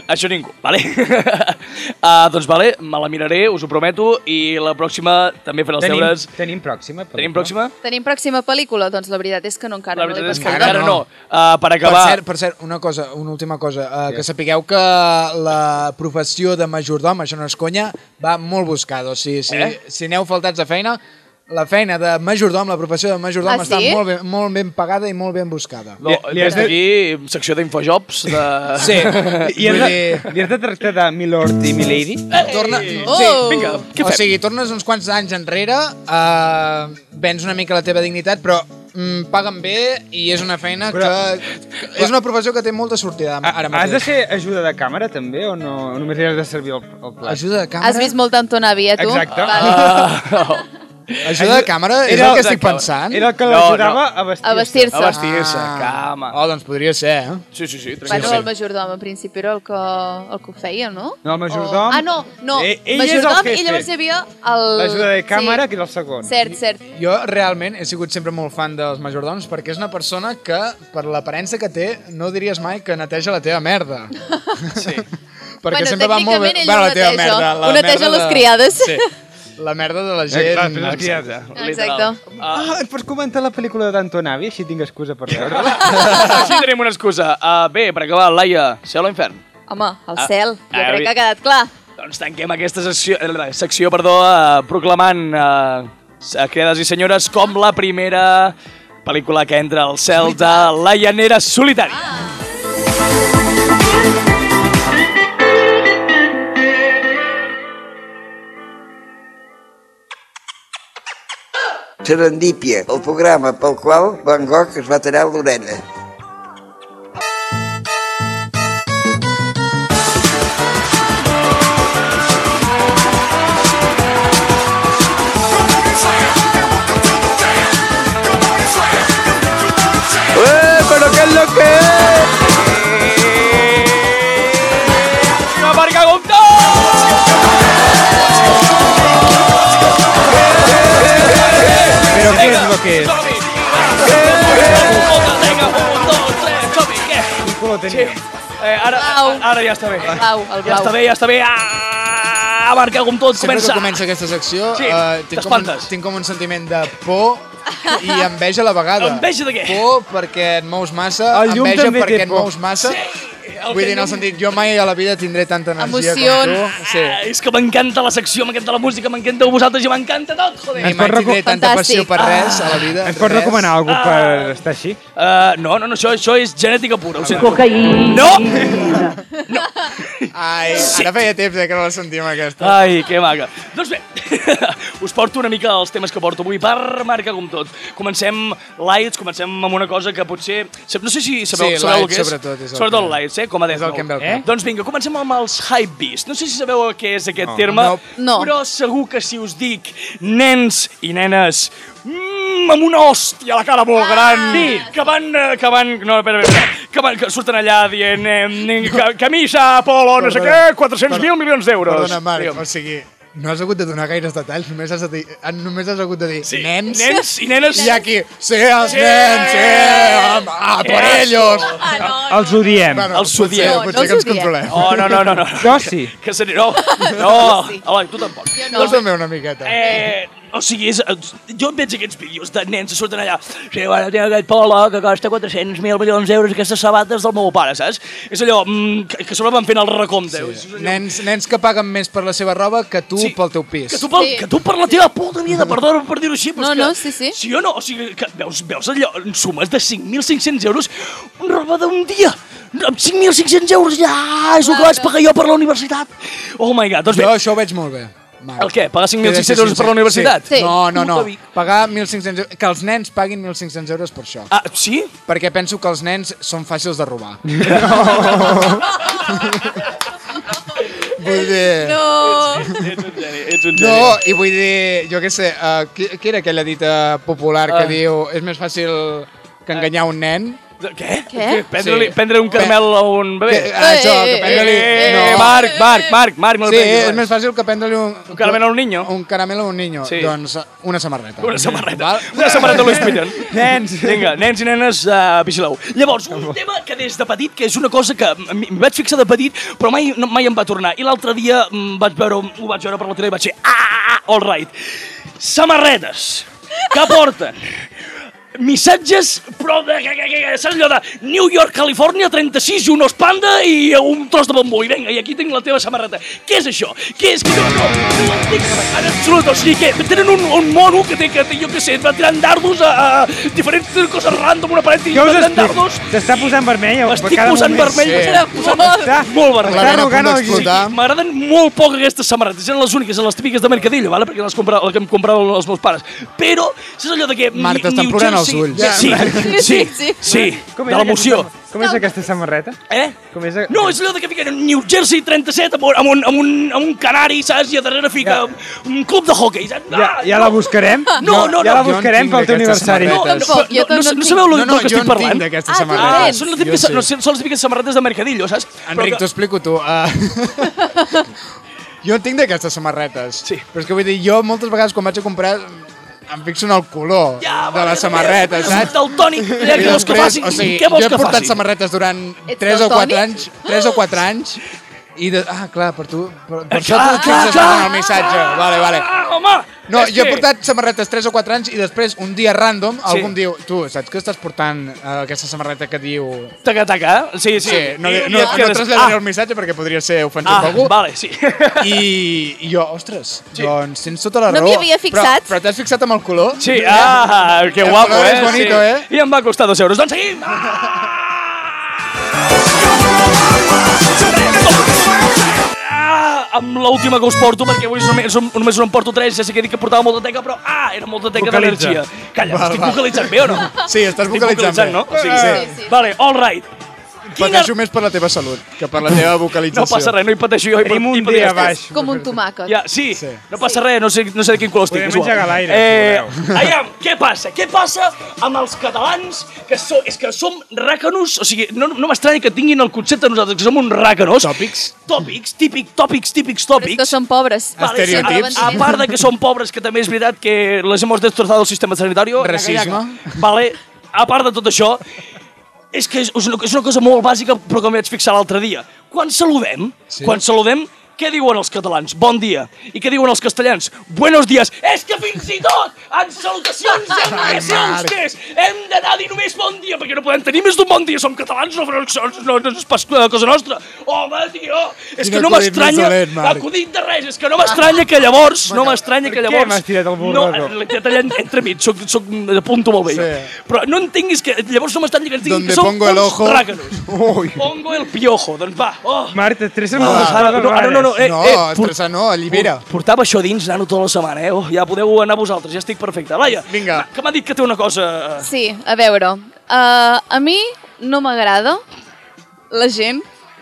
A: Això ningú, vale? [LAUGHS] uh, doncs vale, me la miraré, us ho prometo, i la pròxima també faré els
D: Tenim,
A: deures.
D: tenim pròxima. pel·lícula.
A: Tenim pròxima?
E: Tenim pròxima pel·lícula? Doncs la veritat és que no encara
A: La
E: no l'he
A: veritat és que
E: pensat.
A: encara
C: Encara
A: no.
C: no.
A: Uh, per
C: Per
A: acabar...
C: cert, per cert, una cosa, una última cosa. Uh, Que sapigueu que la professió de majordom, això no és conya, va molt buscada. O sigui, si,
A: Eh?
C: eh? si aneu faltats de feina, la feina de majordom, la professió de majordom
E: Ah,
C: està
E: sí?
C: molt ben, molt ben pagada i molt ben buscada.
A: No,
D: Li- li has
A: des d'aquí, secció d'infojobs de...
C: Sí,
D: I has
C: vull dir...
D: de, i has de tractar de Milord i Milady?
C: Torna...
E: Oh!
C: Sí,
A: Vinga, què
C: o
A: fem?
C: sigui, tornes uns quants anys enrere, eh, vens una mica la teva dignitat, però mm, paguen bé i és una feina
D: Però-
C: que, que... És una professió que té molta sortida ara
D: Has de
C: mateix.
D: ser ajuda de càmera, també, o no? O només li has de servir el, el plat?
C: Ajuda de càmera?
E: Has vist molt Anton Avi, eh, tu?
D: Exacte.
E: Vale.
A: Uh,
C: Ajuda de càmera? És
A: Era
C: Eh, el que
A: de
C: estic
A: càmera.
C: pensant?
D: Era el que
A: No,
D: l'ajudava a vestir.
E: A vestir-se.
A: a vestir-se,
C: Ah.
A: cama.
C: Oh, doncs podria ser, eh?
A: Sí, sí, sí,
E: Bueno,
A: tranquil.
E: el majordom, en principi, era el que, el que ho feia, no?
D: No, el majordom-
E: Ah, no, no.
D: Eh, ell és el
E: majordom
D: jefe.
E: i llavors hi havia el...
D: L'ajuda de càmera, que és el segon.
E: Cert, cert.
C: Jo realment he sigut sempre molt fan dels majordoms perquè és una persona que, per l'aparença que té, no diries mai que neteja la teva merda.
E: [LAUGHS]
C: Sí. perquè
E: Bueno,
C: sempre va molt bé...
E: tècnicament ell
C: Bueno,
E: ho
C: la teva
E: neteja.
C: merda. La
E: Ho netegen
C: merda de-
E: les criades. Eh,
C: Sí. La merda de
D: Eh,
C: la gent.
D: Exacte.
E: Exacte.
D: Ah, ens pots comentar la pel·lícula d'Antonavi? Així tinc excusa per
A: [LAUGHS]
D: veure-la.
A: Així tenim una excusa. Uh, bé, per acabar, Laia, cel o infern?
E: Home, el
A: Ah,
E: cel. Jo
A: ah,
E: crec
A: vi-
E: que ha quedat clar.
A: Doncs tanquem aquesta secció, eh, la secció perdó, eh, proclamant eh, a criades i senyores com la primera pel·lícula que entra al cel de La Llanera Solitària.
B: Serendípia, el programa pel qual Van Gogh es va tallar l'orella.
A: Eh, però què és lo que és? Una barca compta!
D: Però què és el que és? Tu lo tenies.
A: Eh, ara,
E: Blau.
A: ara ja està bé.
E: Blau, el
A: Ja
E: blau.
A: està bé, ja està bé. Ah, barca com tot,
C: Sempre
A: comença.
C: que comença aquesta secció
A: Sí,
C: eh, tinc, com un,
A: t'espantes.
C: tinc com un sentiment de por i enveja a la vegada.
A: Enveja de què?
C: Por perquè et mous massa,
D: El llum
C: enveja
D: també té
C: perquè et
D: por.
C: mous massa.
A: Eh, el
C: Vull
A: que
C: dir, en
A: llum-
C: el sentit, jo mai a la vida tindré tanta energia
E: Emocions.
C: com tu.
A: Sí. Ah, és que m'encanta la secció, m'encanta la música, m'encanteu vosaltres i m'encanta tot, joder.
C: Ni
D: Ens
C: mai
D: pot reco-
C: tindré tanta passió
E: Fantàstic.
C: per res
A: Ah.
C: a la vida.
D: Ens pots
C: res.
D: recomanar algú per estar així?
A: Uh, no, no, no, això, això és genètica pura. Ho sento. No!
C: Ai, ara feia temps eh, que no la sentíem aquesta.
A: Ai, que maca. Doncs bé, [LAUGHS] us porto una mica els temes que porto avui per marcar com tot. Comencem lights, comencem amb una cosa que potser... sap- No sé si sabeu,
C: Sí,
A: sabeu el
C: lights,
A: que és.
C: sobretot, és el
A: sobretot
C: que-
A: lights, eh? Com a Death
C: és el que em ve al
A: Note.
C: cap.
A: Eh? Doncs vinga, comencem amb els hype beast. No sé si sabeu què és aquest terme,
C: No.
E: No.
A: però segur que si us dic nens i nenes mmm, amb una hòstia a la cara molt gran, sí. que van, eh, que van, no, espera, espera, espera, que, van, que surten allà dient eh, ca- camisa, polo, no sé
C: Perdona.
A: què, 400.000 milions d'euros.
C: Perdona, Marc,
A: Digue'm.
C: o sigui, no has hagut de donar gaires detalls, només has, de dir, ah, només has hagut de dir
A: Sí,
C: nens,
A: nens i nenes.
C: i aquí, sí, els
A: Sí.
C: nens, sí, am- a por
A: Sí.
C: ellos.
E: Ah, no,
D: Els odiem.
C: Bueno,
A: Els odiem.
C: potser-
E: No, no
C: Potser
E: els
C: que ens
E: odiem.
C: controlem.
A: Oh, no, no, no, no.
D: Jo sí.
A: [LAUGHS] Que se... No, no.
E: Sí.
A: Eloi, tu tampoc.
E: jo
C: No.
E: no.
C: també una miqueta.
A: Eh, o sigui, és, eh, jo em veig aquests vídeos de nens que surten allà. Sí, bueno, tinc aquest polo que costa 400.000 milions d'euros, aquestes sabates del meu pare, saps? És allò, mm, que, que sobre van fent el recompte. Sí.
C: Nens, nens que paguen més per la seva roba que tu
A: Sí.
C: pel teu pis.
A: Que tu, pel,
E: Sí.
A: que tu per la teva puta vida, perdona per dir-ho així, però
E: No,
A: és que,
E: no, sí, sí.
A: Sí o no? O sigui, que veus, veus allò, en sumes de 5.500 euros, una roba d'un dia, amb 5.500 euros, ja, és el que vaig pagar jo per la universitat. Oh my God, doncs bé,
C: Jo això ho veig molt bé. Marc.
A: El què? Pagar 5.500
C: 5.500
A: euros per la universitat?
E: Sí.
C: No, no, no.
A: Puta Vic.
C: Pagar 1.500 euros. Que els nens paguin 1.500 euros per això.
A: Ah, sí?
C: Perquè penso que els nens són fàcils de robar. [LAUGHS] vull dir... No.
E: No.
A: Ets un geni, ets un
C: No, i vull dir, jo què sé, eh, uh, qui, qui era aquella dita popular que
A: Ah.
C: diu és més fàcil que enganyar un nen
A: Què?
E: Què?
A: Prendre, sí. prendre un caramel a un bebè?
C: Que- Ah, Això, que prendre-li...
A: Eh, Marc, Marc, Marc, Marc, no el
C: Sí,
A: prenguis,
C: és més fàcil que prendre-li un...
A: Un caramelo a un niño?
C: Un caramelo a un niño.
A: Sí.
C: Doncs una samarreta.
A: Una samarreta. Una samarreta Luis Piton. Nens. Vinga, nens i nenes, uh, vigileu. Llavors, un tema que des de petit, que és una cosa que m- m'hi vaig fixar de petit, però mai, no, mai em va tornar. I l'altre dia mm, vaig veure, ho vaig veure per la tele i vaig dir, ah, ah, ah, all right. Samarretes que porten missatges, però de, que- que- que- saps allò de New York, Califòrnia, 36 i un os panda i un tros de bambú. I vinga, i aquí tinc la teva samarreta. Què és això? Què és? Que no, no, no l'entenc en absolut. O sigui, que tenen un, un mono que té, que té, jo què sé, va tirant dardos a, a diferents coses random, una paret i
D: Jo us
A: va tirant
D: explico.
A: dardos.
D: S'està posant vermell. a-
A: M'estic
D: cada
A: posant
D: moment.
A: vermell,
C: sí.
A: m'estic posant
D: Està-
A: molt vermell.
C: La
D: Està
C: vena a punt
D: arrogant el
C: d'explotar.
A: Sí, M'agraden molt poc aquestes samarretes, eren les úniques, eren les típiques de Mercadillo, vale? perquè les comprava, les que em compraven els meus pares. Però, saps allò de que...
C: Marta,
A: Ni-
C: estan
A: New
C: plorant els
A: Jersey-
C: ulls.
A: Sí,
E: Ja,
A: sí, sí,
E: sí,
A: sí,
D: Com
A: de
D: és
A: l'emoció.
D: aquesta sam- Com és aquesta samarreta?
A: Eh?
D: Com és a-
A: No, és allò de que fiquen New Jersey 37 amb un, amb un, amb un, amb un canari, saps? I a darrere fica
D: Ja.
A: un club de hockey, saps?
D: Ja, ja la buscarem?
A: No, no,
D: Ja la
A: no, jo en
D: buscarem
C: tinc
D: pel teu
C: d'aquestes
D: aniversari.
A: No, no,
C: samarretes.
A: no,
E: Jo
A: no, no,
E: no
A: no sabeu
C: No,
A: lo
C: no,
A: del que
C: jo
A: estic
C: en tinc
A: parlant?
E: Ah, tu
C: d'aquestes
A: Ah,
C: samarretes.
E: tens.
A: són, les típiques,
C: Jo sí.
A: no, són les típiques samarretes de Mercadillo, saps? Però
C: Enric,
A: que-
C: t'ho explico tu. Uh, [LAUGHS] jo en tinc d'aquestes samarretes.
A: Sí.
C: Però és que vull dir, jo moltes vegades quan vaig a comprar em fixo en el color
A: Ja,
C: de les samarretes,
A: saps?
C: saps?
A: Del tònic, ja, què vols que faci?
C: o sigui,
A: què vols
C: jo he
A: que
C: portat
A: faci?
C: samarretes durant
E: Ets
C: 3 o 4
E: daltònic?
C: anys, 3 o 4 anys, i de... Ah, clar, per tu... Per, per això
A: clar, Ah,
C: tu et
A: clar,
C: fixes
A: clar.
C: en el missatge. Vale, vale.
A: Ah, home!
C: No,
A: és
C: jo he
A: que-
C: portat samarretes 3 o 4 anys i després, un dia random,
A: Sí.
C: algú em diu tu, saps que estàs portant eh, aquesta samarreta que diu...
A: Taca, taca, eh? sí, sí.
C: Sí, no,
A: I-
C: no,
A: i
C: no,
A: et
C: no
A: quedes-
C: traslladaré
A: Ah,
C: el missatge perquè podria ser ofensiu
A: Ah,
C: per algú.
A: vale,
C: [LAUGHS]
A: sí.
C: I, I jo, ostres, sí. doncs tens tota la
E: No
C: raó.
E: m'hi havia fixat.
C: Però, però t'has fixat amb el color?
A: Sí, ah, que
C: El
A: guapo,
C: color
A: eh?
C: es bonito,
A: sí.
C: eh?
A: I em va costar dos euros. Doncs seguim! Ah! Ah, amb l'última que us porto, perquè avui només, som- només en porto tres, ja sé que he dit que portava molta teca, però ah, era molta teca
D: Vocalitza.
A: d'energia. Calla,
C: Val,
A: estic
C: val.
A: vocalitzant bé o no?
C: Sí, estàs
A: Estic
C: vocalitzant, Eh,
A: vocalitzant, no? O sigui,
E: Sí, sí.
A: Vale, all right. Quina...
C: Pateixo més per la teva salut que per la teva vocalització.
A: [LAUGHS] No passa res, no hi pateixo jo. hi
D: Tenim
A: pa- hi
D: un
A: pateixes
D: dia
A: tu.
D: baix.
E: Com un tomàquet.
A: Ja, sí,
C: Sí.
A: no passa res, no sé, no sé de quin color estic.
D: Podem
A: és igual.
D: engegar l'aire, si
A: eh, [LAUGHS] aviam, què passa? Què passa amb els catalans que so, és que som ràcanos? O sigui, no, no m'estranya que tinguin el concepte de nosaltres, que som uns ràcanos.
C: Tòpics?
A: Tòpics, típic, tòpics, típics,
E: Però és que
A: tòpics.
E: són pobres.
C: Estereotips.
A: A, a part de que són pobres, que també és veritat que les hemos destrozado el sistema sanitario.
C: Racisme.
A: Vale, a part de tot això, és que és, és, una, és una cosa molt bàsica, però que em vaig fixar l'altre dia. Quan saludem,
C: Sí.
A: sí. quan saludem, què diuen els catalans? Bon dia. I què diuen els castellans? Buenos dies. És que fins i tot en salutacions i en
C: Ai, Marc.
A: salutacions hem d'anar a dir només bon dia, perquè no podem tenir més d'un bon dia. Som catalans, no, no, no, no és pas cosa nostra. Home, tio, és
C: Quin
A: que no
C: acudit més
A: m'estranya...
C: dolent, Marc.
A: Acudit de res, és que no m'estranya que llavors... No m'estranya que
D: Per què
A: llavors...
D: m'has tirat el
A: No, eh,
D: borrador?
A: l'he tallat entremig, soc, soc, eh, apunto molt bé.
C: Sí.
A: Sí. Però no entenguis que... Llavors no m'estranya que ens diguin
C: Donde
A: que som
C: pongo el
A: uns
C: ojo.
A: ràcanos.
D: Ui.
A: Pongo el piojo, doncs va. Oh.
D: Marta, tres
A: No,
D: setmanes
A: ara, no, ara, no, no, eh,
C: No,
A: eh,
C: estressar no, allibera.
A: por- Portava això dins, nano, tota la setmana, eh? Oh, ja podeu anar vosaltres, ja estic perfecte. Laia,
C: Vinga.
A: va, que m'ha dit que té una cosa...
E: Sí, a veure. Uh, a mi no m'agrada la gent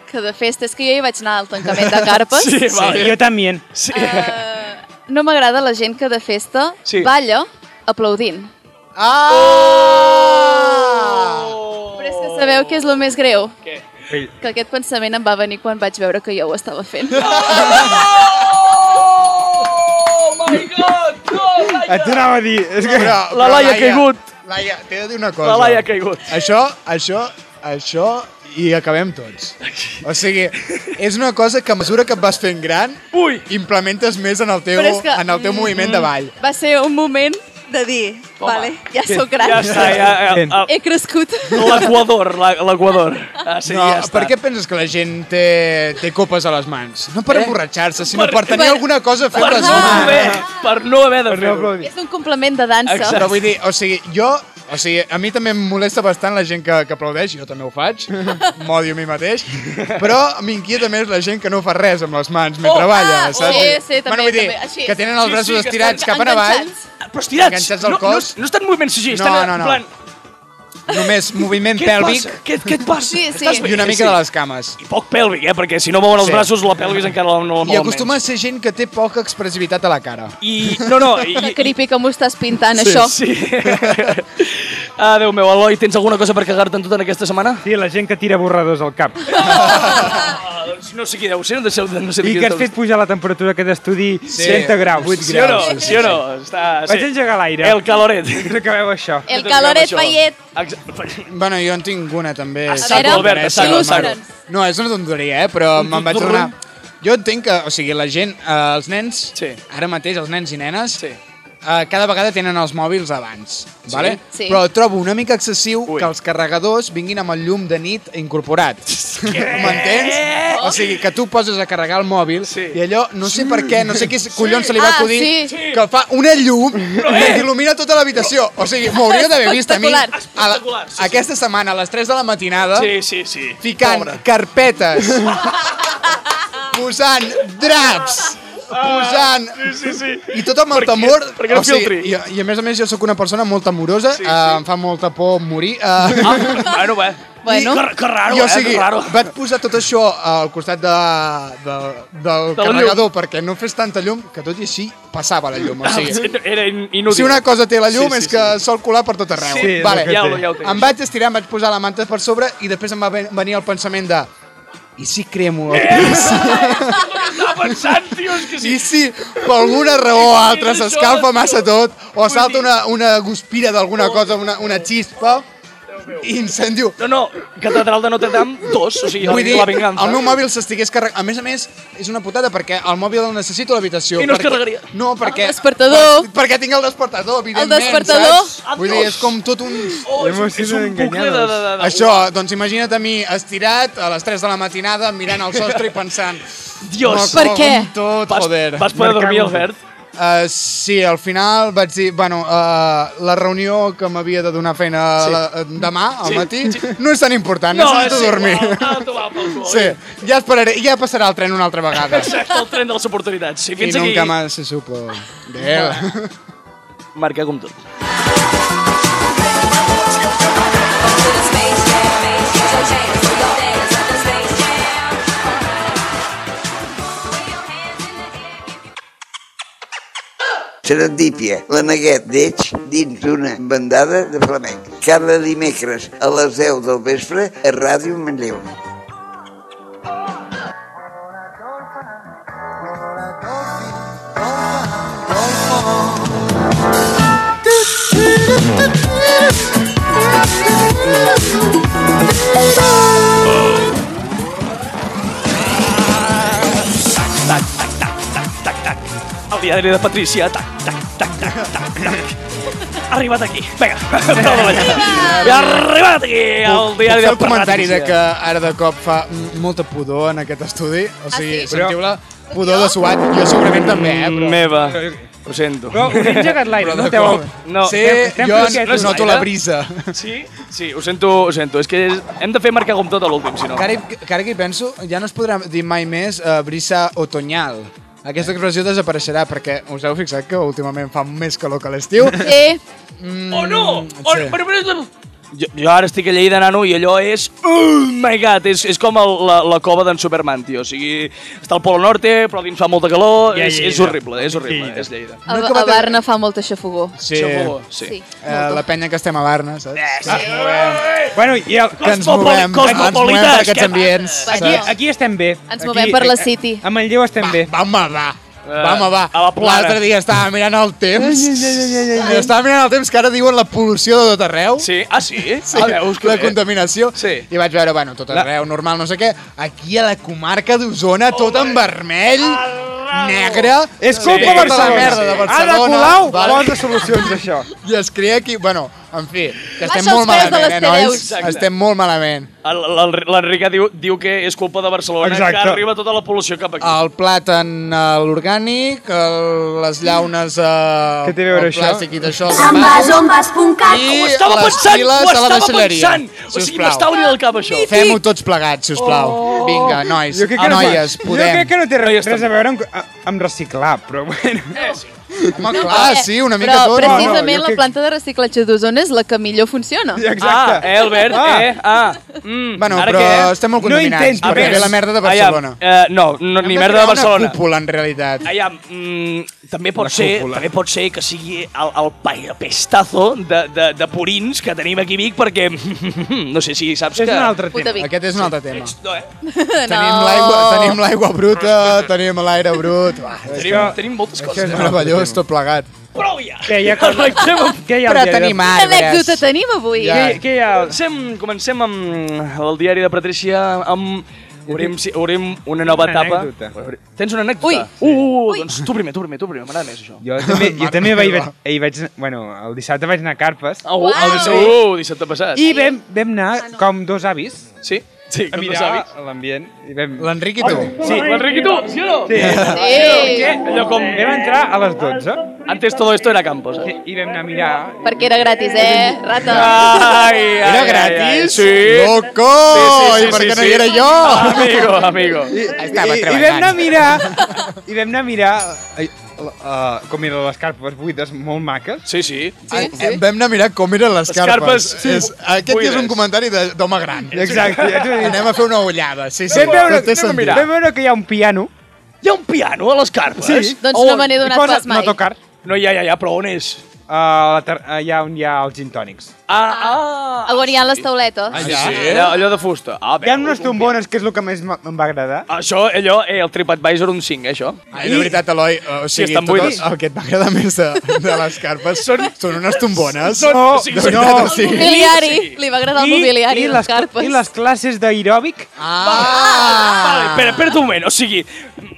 E: que de festa... És que jo hi vaig anar al tancament de
A: [LAUGHS]
E: carpes. Eh,
A: Sí, va,
D: Jo també.
A: sí.
E: No m'agrada la gent que de festa
A: Sí.
E: balla aplaudint.
C: Ah!
A: Oh.
E: Però és que sabeu què és el més greu?
A: Què?
E: Que aquest pensament em va venir quan vaig veure que jo ho estava fent.
A: Oh my god! Oh my
D: Et
A: god!
D: anava a dir... És que...
C: Però,
A: La
C: però,
A: Laia ha caigut.
C: Laia, t'he de dir una cosa.
A: La Laia ha caigut.
C: Això, això, això i acabem tots. O sigui, és una cosa que a mesura que et vas fent gran,
A: Ui! Mm-hmm.
C: implementes més en el teu,
E: Però és que-
C: en el teu moviment de ball.
E: Va ser un moment de dir, vale, ja sóc gran.
A: Ja està, ja... ja, ah, ja
E: He crescut.
A: L'Equador, la- l'Equador. Ah, sí,
C: No,
A: ja està.
C: per què penses que la gent té, té copes a les mans? No per emborratxar-se, sinó
A: Eh? Per-
C: per, tenir
E: per-
C: alguna cosa a fer
A: Per
C: amb les
A: no
C: mans.
A: haver, per no haver de
D: Per no
A: fer-ho.
D: aplaudir.
E: [LAUGHS] És un complement de dansa.
A: Exacte.
C: Però vull dir, o sigui, jo... O sigui, a mi també em molesta bastant la gent que, que aplaudeix, jo també ho
A: [LAUGHS]
C: faig, m'odio a mi mateix, però m'inquieta més la gent que no fa res amb les mans mentre
A: Oh,
C: balla,
E: ah,
C: saps?
E: sí, sí, també,
C: vull dir,
E: també, així.
C: que tenen
A: Sí,
C: els
A: sí,
C: braços
A: que estan
C: estirats cap en avall,
E: Enganxats.
A: Però estirats.
C: Enganxats al
A: no,
C: cos.
A: No, no estan moviments així,
C: No,
A: estan
C: no, no.
A: en plan... [LAUGHS]
C: només moviment
A: Què et
C: pèlvic
A: passa? Què, què et passa?
E: Sí, sí.
A: Estàs bé?
C: i una mica
A: Sí.
C: de les cames.
A: I poc pèlvic, eh? Perquè si no mouen els
C: Sí.
A: braços, la pèlvis encara la no, no
C: I acostuma a ser gent que té poca expressivitat a la cara.
A: I, no, no, i,
E: Que
A: i,
E: creepy que m'ho estàs pintant, això.
A: Sí. [LAUGHS] ah, Déu meu, Eloi, tens alguna cosa per cagar-te en tot en aquesta setmana?
D: Sí, la gent que tira borradors al cap.
E: [LAUGHS]
A: Ah, doncs no sé qui deu ser, no sé, no sé
D: I
A: qui
D: que has
A: deu
D: fet pujar la temperatura aquest estudi
C: Sí,
D: 30 graus.
C: 8
A: Sí o no?
C: graus.
A: Sí, o no? Està,
D: Vaig engegar l'aire.
A: El caloret.
D: No acabeu això.
E: El caloret payet.
A: Exacte.
C: Bueno, jo en tinc una també.
A: A
E: saco,
C: Sí,
E: Albert, a
C: Vanessa,
A: saco, a
C: del
A: saco.
C: Mar. No, és una tonteria, eh? però me'n vaig
A: tontorrón.
C: tornar... Jo entenc que, o sigui, la gent, eh, els nens,
A: Sí.
C: ara mateix els nens i nenes,
A: Sí.
C: eh, cada vegada tenen els mòbils abans, vale?
E: Sí.
C: però trobo una mica excessiu
A: Ui.
C: que els carregadors vinguin amb el llum de nit incorporat. [LAUGHS] M'entens?
E: Oh.
C: O sigui, que tu poses a carregar el mòbil
A: Sí.
C: i allò, no sé per què, no sé qui collons se li va
E: Ah,
C: acudir,
E: sí.
C: que fa una llum que
A: eh.
C: il·lumina tota l'habitació. O sigui, m'hauria d'haver vist a mi a
E: Espectacular.
C: la,
A: Espectacular, sí, sí.
C: aquesta setmana a les 3 de la matinada
A: Sí, sí, sí.
C: ficant carpetes,
A: [LAUGHS]
C: posant draps, posant...
A: Sí, sí, sí.
C: I tot amb el
A: Ah. Perquè-
C: temor...
A: perquè no
C: o sigui,
A: filtri.
C: i, I a més a més jo sóc una persona molt temorosa, sí, sí. Eh, em fa molta por morir. Eh, [LAUGHS]
A: Ah, bueno, bé.
E: Bueno.
A: Que, que raro,
C: i, o
A: eh?
C: sigui,
A: Que raro.
C: vaig posar tot això al costat de, de, del
A: la llum.
C: carregador perquè no fes tanta llum que tot i així passava la llum. O
A: Ah,
C: sigui,
A: Era in- inútil.
C: si una cosa té la llum
A: Sí, sí,
C: és que sol colar per tot arreu.
A: Sí,
C: vale.
A: ja ho, ja ho tens.
C: Em vaig estirar, em vaig posar la manta per sobre i després em va ven- venir el pensament de i si cremo
A: Eh!
C: el pis? [LAUGHS]
A: Estava pensant, tio, és que sí.
C: I si per alguna raó o altra
A: Quina
C: s'escalfa
A: sort,
C: massa
A: tio.
C: tot o salta una, una guspira d'alguna cosa, una, una xispa i incendiu.
A: No, no, Catedral de Notre Dame 2, o sigui,
C: Vull dir,
A: la venganza.
C: el meu mòbil s'estigués carregant. A més a més, és una putada perquè el mòbil el necessito a l'habitació.
A: I no es
C: perquè-
A: carregaria.
C: No, perquè...
E: despertador.
C: Per, perquè tinc el despertador, evidentment,
E: despertador.
C: Saps? Vull dir, és com tot un...
A: Oh, és, un-
D: Hemos
A: és
D: sido
A: un bucle de...
D: engañados.
A: de, de, de
C: Això, doncs imagina't a mi estirat a les 3 de la matinada mirant al sostre i pensant...
A: [LAUGHS] Dios.
C: "No,
E: Per
C: com
E: què?"
C: Tot,
A: Vas,
C: joder.
A: vas poder dormir,
D: Marcamos.
A: Albert?
C: Uh, sí, al final vaig dir, bueno, uh, la reunió que m'havia de donar feina sí. la, eh, demà, al
A: Sí,
C: matí, no és tan important, necessito
A: és
C: dormir.
A: igual, ara t'ho va pel cul.
C: [LAUGHS] Sí, ja esperaré, ja passarà el tren una altra vegada.
A: Exacte, el tren de les oportunitats. Sí,
C: I
A: [LAUGHS] fins aquí.
C: nunca más se supo. Adéu.
A: Marca com tot.
B: Serendípia, la neguet d'Eix dins d'una bandada de flamenc. Cada dimecres a les 10 del vespre a Ràdio Manlleu.
A: El diari de Patricia, tac, tac, tac, tac, tac, tac. Ha arribat aquí. Vinga, [LAUGHS] prova allà. Ha arribat aquí,
C: [LAUGHS]
A: el
C: Puc
A: diari
C: fer
A: de
C: el comentari de
A: Patricia.
C: que ara de cop fa m- molta pudor en aquest estudi? O sigui,
E: Ah, sí?
C: sentiu-la? Pudor de suat, jo segurament també, eh? Però...
A: Mm, Meva, ho sento.
D: Però us he engegat l'aire, no? Esteu...
A: No.
C: Sí,
D: Estem- estem
C: jo
D: fresquets,
C: noto
A: no?
C: la brisa.
A: Sí? Sí, ho sento, ho sento. És que hem de fer marcar com tot a l'últim, si no.
C: Que ara, hi- que ara que hi penso, ja no es podrà dir mai més uh, brisa otoñal. Aquesta expressió desapareixerà perquè us heu fixat que últimament fa més calor que a
A: [LAUGHS]
C: l'estiu. Mm,
E: Sí.
A: Oh, no! Oh,
C: sí.
A: però, però, però... Jo, jo ara estic a Lleida, nano, i allò és... Oh my god! És, és com el, la, la cova d'en Superman, tio. O sigui, està al Polo Norte, però a dins fa molta calor.
D: Ja,
A: és, és
D: Lleida.
A: horrible, és horrible.
D: Lleida.
A: És Lleida.
E: A,
C: No he
E: a
C: acabat de-
E: Barna fa molta xafogó.
C: Sí,
A: Xafogó,
C: eh,
A: sí.
C: la penya que estem a Barna,
A: Eh,
C: saps?
D: Bueno, i el...
C: Que ens
A: Cosmopoli-
C: movem, ens movem per
A: cosmopolites,
C: aquests
A: que-
C: ambients.
E: Aquí-
D: Aquí,
C: saps?
D: aquí estem bé.
E: Ens
D: Aquí- eh,
E: movem per la
D: aquí-
E: City.
D: A Manlleu estem bé.
C: Va, home, va.
A: Eh,
C: Va, home, va.
A: a la plana.
C: L'altre dia estava mirant el temps. I estava mirant el temps que ara diuen la pol·lució de tot arreu.
A: Sí? Ah, sí?
C: Sí,
A: Ah, veus que
C: la
A: bé.
C: contaminació.
A: Sí.
C: I vaig veure, bueno, tot arreu, normal, no sé què. Aquí a la comarca d'Osona, tot en vermell, negre.
D: És culpa
C: tota la
D: Barcelona.
C: merda de
D: Ada
C: Barcelona.
D: Colau
C: vale?
D: posa solucions a això.
C: I es crea aquí, bueno, en fi, que
E: Baixa
C: estem
E: els
C: molt
E: preus de
C: malament, eh,
E: les
C: nois?
E: Tereus.
A: Exacte.
C: Estem molt malament.
A: El- l'Enri- L'Enrica diu, diu que és culpa de Barcelona
D: Exacte.
A: que arriba tota la pol·lució cap aquí.
C: El plàtan a l'orgànic, el- les llaunes a...
D: Què té a veure això?
C: plàstic i d'això.
F: Ambas,
C: I
A: ho estava
C: les
A: pensant,
C: files
A: ho
C: a la
A: estava
C: deixalleria,
A: pensant! O
C: sisplau.
A: sigui, m'està obrint el cap, això.
C: Fem-ho tots plegats, sisplau. Vinga, nois,
D: Oh. Jo crec que
C: a
D: no fa-
C: noies,
D: Jo
C: podem.
D: crec que no té res, res a veure amb, a- amb reciclar, però bueno...
C: Home, clar, sí, una mica
E: eh, Però
C: tot. no?
E: precisament
D: jo
E: la
D: crec-
E: planta de reciclatge d'Osona és la que millor funciona.
A: Ah,
D: [LAUGHS] Exacte.
A: eh, Albert,
D: Ah.
A: eh, ah. Mm,
C: Bueno,
A: ara
C: però
A: què?
C: estem molt
D: No
C: contaminats,
D: intento,
C: no perquè
D: res.
C: ve la merda de
A: Ah, ja,
C: Barcelona.
A: eh, no, no ni
C: Hem
A: merda de
C: crear
A: Barcelona.
C: Una cúpula, en realitat.
A: Allà, mm, també, pot
D: Una
A: ser,
D: cúpula.
A: també pot ser que sigui el, el pa- pestazo de, de, de purins que tenim aquí a Vic, perquè [LAUGHS] no sé si saps
D: És
A: que...
D: un altre
E: Puta
D: tema.
E: Vic.
C: Aquest és un altre tema.
A: No, eh?
C: Tenim l'aigua tenim l'aigua bruta, tenim l'aire brut. Va,
A: tenim, tenim moltes
C: això
A: coses.
C: és
A: eh?
C: meravellós, tot plegat.
A: Prou ja!
D: Què hi ha, cosa... què hi ha al
C: Però
D: diari de-
C: tenim
E: Quina anècdota
C: arbres.
E: tenim avui?
C: Ja.
D: Què, què hi ha? al-
A: Comencem, comencem amb eh, el diari de Patricia, amb... Obrim, si- obrim una nova
D: Una
A: etapa.
D: anècdota.
A: Tens una anècdota?
E: Ui.
A: Uh, uh, uh, doncs tu primer, tu primer, tu primer, m'agrada més això.
D: Jo també, jo
C: Mare
D: també vaig,
C: meva.
D: hi Oh, vaig, bueno, el dissabte vaig anar a Carpes
A: Au,
E: Uau.
A: el dissabte, uh, dissabte passat.
D: i vam, vam anar com dos avis
A: Sí? Sí,
D: a
A: com no
D: mirar
A: saps.
D: l'ambient. i Vam...
C: L'Enric i tu.
A: Sí, l'Enric i tu, sí o no?
D: Sí.
E: Sí,
A: Allò com...
D: Vam entrar a les 12
A: Antes todo esto era Campos, eh?
D: i, i vam anar a mirar...
E: perquè era gratis, eh, rata?
A: Ai, ai,
C: Era
A: ai, ai,
C: gratis?
A: Sí.
C: Loco! I per què no hi era jo?
A: Amigo, amigo.
C: Estava
D: I, I vam anar a
C: treballant.
D: mirar... I vam anar a mirar... ai, la- eh, com eren les carpes buides, molt maques.
A: Sí, sí.
C: Sí, sí. eh, Vam anar a mirar com eren les
A: Les
C: carpes.
A: carpes, sí,
C: és, aquest ja és un
A: buides.
C: comentari de- d'home gran.
D: Exacte, ja t'ho he dit.
C: Anem a fer una ullada. Sí, sí,
D: Vam veure,
C: tot té
D: vam,
C: sentit.
D: mirar. vam veure que hi ha un piano.
A: Hi ha un piano a les carpes?
D: Sí.
E: Doncs
A: On?
E: no me n'he
D: i
E: donat
D: posa
E: pas mai.
D: No tocar.
A: No, ja, ja, ja, però on és?
D: Uh, allà on hi ha els gin tònics.
A: Ah, ah.
E: On hi ha les tauletes.
A: Sí, allò, allò de fusta. Ah,
D: Hi ha
A: veu,
D: unes
A: un
D: trombones, que és el que més m- em va agradar.
A: piano. Això, allò, eh, el TripAdvisor un 5, eh, això.
C: Ai, de veritat, Eloi, o sigui,
A: estan
C: tot
A: buides.
C: el, el que et va agradar més de, de les carpes són, són unes tombones.
A: Són-
C: no,
A: sí,
C: de
A: són-
C: veritat, o
E: El
C: sigui...
E: mobiliari. Li va agradar el mobiliari,
D: i
E: les
D: les,
E: carpes.
D: I les classes d'aeròbic.
A: Vale,
C: Ah!
A: espera, espera un moment. O sigui,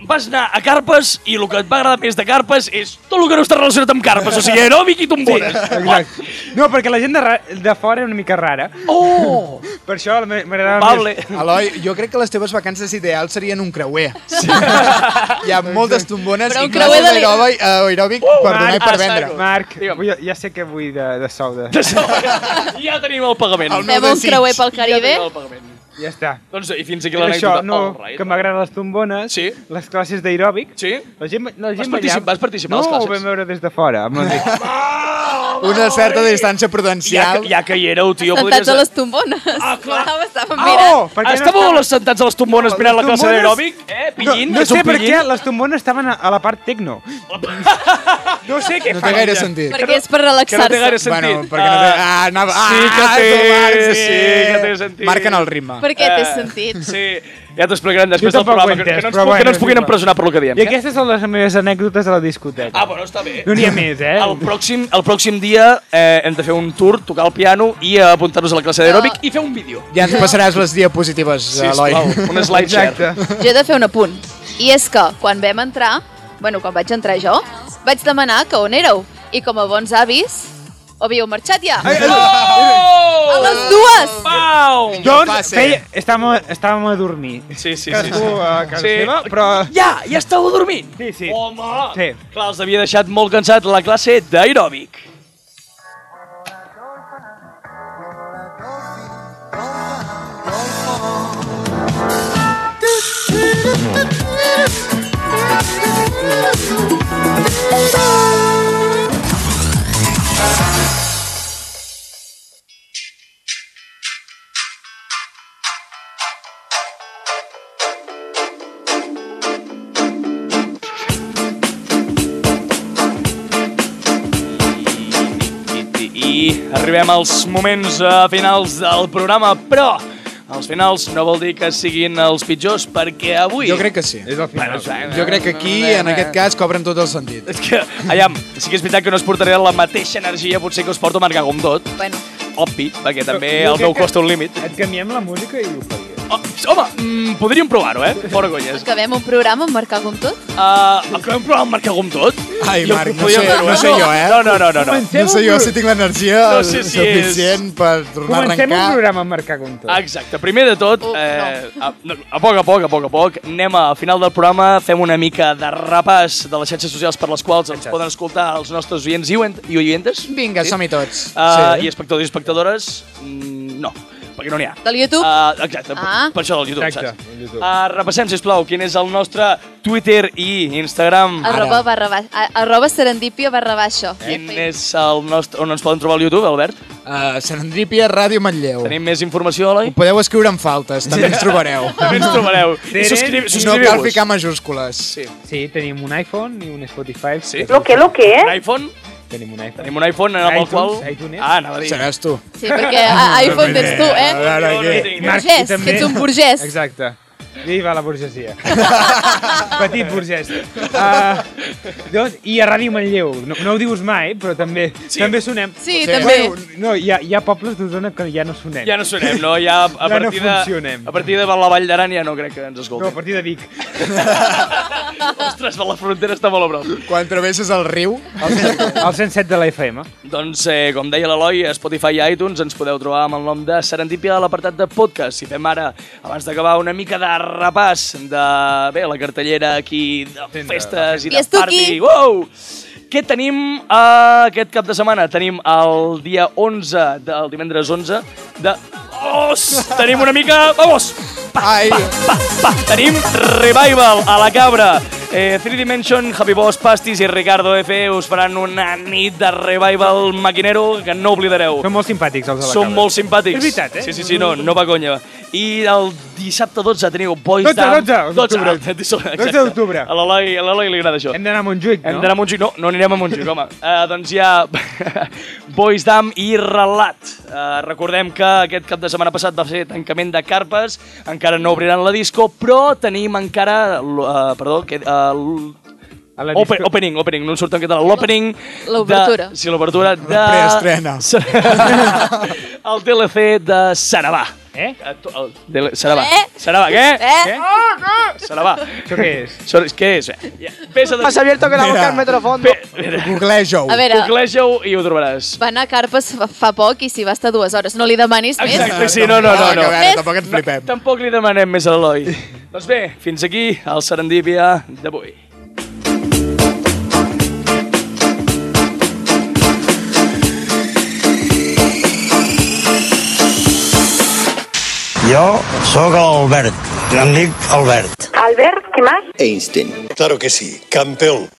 A: vas anar a Carpes i el que et va agradar més de Carpes és tot el que no està relacionat amb Carpes. O sigui, aeròbic i tombones.
E: [LAUGHS]
D: Exacte. No, perquè la gent de, ra- de fora era una mica rara.
A: Oh!
D: Per això m- m'agradava [LAUGHS]
A: Pable.
C: Eloi, jo crec que les teves vacances ideals serien un creuer. Sí. Hi ha moltes tombones
E: Però
C: i
E: un creuer
C: classes
E: de li-
C: aeròbic, aeròbic per donar i per
A: ah,
C: vendre.
A: saco.
D: Marc,
A: Digue'm.
D: vull- ja sé que vull de, de sou de...
A: ja tenim el pagament.
C: El meu
E: Fem un
C: desig.
E: creuer pel
A: Ja
E: Caribe.
A: tenim el pagament.
D: Ja està.
A: Doncs i fins aquí
D: Era
A: l'anècdota.
D: Això, no,
A: Alright.
D: que m'agraden les tombones,
A: Sí.
D: les classes d'aeròbic.
A: Sí?
D: La gent, la gent
A: particip-
D: ballava.
A: vas participar a
D: no,
A: les classes?
D: ho vam veure des de fora. Amb l'Enric.
C: Una certa distància
A: Ja,
C: prudencial.
A: que- ja que hi éreu, tio,
E: Sentats
A: podries...
E: a les tombones.
A: Ah, clar.
E: Bravo, estàvem mirant.
D: oh, per què
A: Estàveu
D: estava-
A: les sentats a les tombones
D: No,
A: mirant la
D: les
A: classe
D: tombones-
A: d'aeròbic? Eh, pillin?
D: no, no
A: que són
D: sé per què
A: pillin?
D: les tombones estaven a, a la part
A: [LAUGHS]
D: tecno. No sé què
C: No té
D: fan
C: gaire
D: allà.
C: sentit.
E: Perquè és per
A: Que no té gaire
E: relaxar-se.
A: sentit.
C: Bueno, perquè no té... Ah, anava...
A: sí que
C: ah,
A: té-
C: tu, Marc,
A: sí que té sentit.
C: Marquen el ritme.
E: Per què té
A: Eh,
E: sentit?
A: Sí, ja t'ho explicarem després
D: Jo
A: del
D: tampoc ho
A: programa,
D: he
A: que, que,
D: entès,
A: no ens, pu-
D: però
A: que
D: bueno,
A: no ens puguin
D: és igual.
A: empresonar per lo que diem.
D: I
A: eh?
D: aquestes són les meves anècdotes de la discoteca.
A: Ah, bueno, està bé.
D: No n'hi ha més, eh?
A: El pròxim, el pròxim dia eh, hem de fer un tour, tocar el piano i eh, apuntar-nos a la classe d'aeròbic i fer un vídeo.
C: Ja ens passaràs les diapositives, Eloi.
A: Sisplau, un slideshare.
D: Exacte.
E: Jo he de fer un apunt. I és que, quan vam entrar, bueno, quan vaig entrar jo, vaig demanar que on éreu. I com a bons avis, havíeu marxat ja. A les dues!
A: Oh, Pau!
D: Doncs
C: passa.
D: feia, estàvem, estàvem a dormir.
A: Sí, sí, sí.
D: Cadascú
A: sí.
D: a casa
A: Sí.
D: seva, però...
A: Ja, ja estàveu dormint?
D: Sí, sí.
A: Home!
D: Sí.
A: Clar, els havia deixat molt cansat la classe d'aeròbic. I, i, I arribem als moments eh, finals del programa, però els finals no vol dir que siguin els pitjors, perquè avui...
C: Jo crec que sí.
D: És el final.
C: Jo crec que aquí, en aquest cas, cobren tot el sentit.
A: És que, aviam, sí que és veritat que no es portaré la mateixa energia, potser que us porto a marcar com tot,
E: Bueno,
A: obvi, perquè també
D: jo
A: el meu
D: crec que-
A: costa un límit.
D: Et canviem la música i ho faries.
A: Oh, home, mm, podríem provar-ho, eh? Fora conyes.
E: acabem un programa amb marcar com tot.
A: Uh, acabem provant marcar com tot?
C: Ai,
A: Jo-
C: Marc, no
A: podríem
C: sé-
A: fer-ho,
C: no sé jo, eh?
A: No, no, no, no. no.
C: No sé jo si tinc l'energia
A: No sé si és-
C: suficient per tornar a
D: Comencem un
C: arrencar.
D: programa amb marcar com tot.
A: Exacte, primer de tot,
E: Uf, no.
A: eh, a, no, a poc a poc, a poc a poc, anem al final del programa, fem una mica de repàs de les xarxes socials per les quals ens poden escoltar els nostres oients i oient- i oientes.
C: Vinga, som-hi tots.
A: Uh,
C: Sí.
A: I espectadors i espectadores, mm, no. perquè no n'hi ha.
E: Del YouTube?
A: Uh, exacte, ah.
E: Ah.
A: per això del YouTube,
D: Exacte, del
A: saps?
D: YouTube.
A: Uh, repassem, sisplau, quin és el nostre Twitter i Instagram.
E: Arroba, barra, baixa- a- arroba serendipia barra baixa.
A: Quin és el nostre... On ens poden trobar al YouTube, Albert?
C: Uh, Serendípia, Ràdio Manlleu.
A: Tenim més informació, Eloi?
C: Ho podeu escriure en faltes, també ens trobareu.
A: [LAUGHS] També ens trobareu. I subscri-
C: No cal
A: Subscriviu-vos.
C: ficar Eh? majúscules.
A: Sí.
D: Sí, tenim un iPhone i un Spotify.
A: Sí.
D: Lo que, lo que,
A: Un iPhone?
D: Tenim un iPhone.
A: Tenim un iPhone amb el
D: iTunes,
A: qual...
D: iTunes.
A: Ah, anava a dir.
C: Seràs tu.
E: Sí, perquè a, a iPhone tens tu,
A: [LAUGHS]
E: eh?
A: Jo no tinc, eh?
E: Burgès, que ets un burgès.
D: Exacte. Viva la [LAUGHS] burgesia. Petit burgès. Uh, doncs, I a Ràdio Manlleu. No, no ho dius mai, però també, sí. també sonem.
E: Sí, també.
D: No, hi ha, hi ha pobles d'Osona que ja no sonem.
A: Ja no sonem, no? Ja a
D: [LAUGHS] Ja no
A: partir de...
D: funcionem.
A: A partir de la Vall d'Aran ja no crec que ens
D: no a
A: escoltin.
D: partir de Vic.
A: [LAUGHS] Ostres, la frontera està molt a prop.
C: Quan travesses el riu...
D: El, cent- el 107 de la FM.
A: Doncs, eh, com deia l'Eloi, a Spotify i iTunes ens podeu trobar amb el nom de Serendipia a l'apartat de podcast. Si fem ara, abans d'acabar, una mica de repàs de bé, la cartellera aquí de festes i de
E: Fiestuki.
A: party. Wow! Què tenim eh, aquest cap de setmana? Tenim el dia 11, del divendres 11, de... Os! Tenim una mica... Vamos!
C: Ai,
A: Pa, pa, tenim Revival a la cabra. Eh, Three Dimension, Happy Boss, Pastis i Ricardo F us faran una nit de Revival maquinero que no oblidareu.
D: Són molt simpàtics, els de la
A: Són molt simpàtics.
D: És veritat, eh?
A: Sí, sí, sí, no, no va conya. I el dissabte 12 teniu Boys
D: 12,
A: Down.
D: 12 d'octubre.
A: 12,
D: 12 d'octubre.
A: A l'Eloi a l'Eloi li agrada això.
D: Hem d'anar a Montjuïc, no?
A: Hem d'anar a Montjuïc? No, no anirem a Montjuïc, [LAUGHS] home. Uh, doncs hi ha Boys Dam i Relat. Uh, recordem que aquest cap de setmana passat va ser tancament de carpes, encara no obriran la disco, però tenim encara... Uh, perdó, que, uh,
D: A la
A: Open,
D: disco-
A: opening, opening, no em surt en català. L'opening... de-
E: L'obertura.
A: Sí, l'obertura de... [LAUGHS]
C: preestrena.
A: el DLC de Sarabà.
D: Eh?
A: Eh, tu- El DL... Sarabà.
E: Eh?
A: Sarabà, què?
E: Eh?
D: Què?
A: Sarabà.
D: Això què és?
A: Això és- Què és? Eh, Ja, Pesa de...
J: Has abierto que la boca
C: Mira.
J: al metrofondo.
A: Pe- Mira.
C: googleja-ho.
E: A veure,
A: Googlejeu i ho trobaràs.
E: va anar a Carpes fa- fa poc i s'hi va estar dues hores. No li demanis més.
A: Exacte, sí, no, no, no.
C: Ah, que A
A: no.
C: veure, tampoc ens flipem.
A: Tampoc li demanem més a l'Eloi. doncs bé, fins aquí el Serendípia d'avui.
I: Jo sóc Albert, em dic Albert.
F: Albert, ¿qué más?
B: Einstein.
G: Claro que sí, campeón.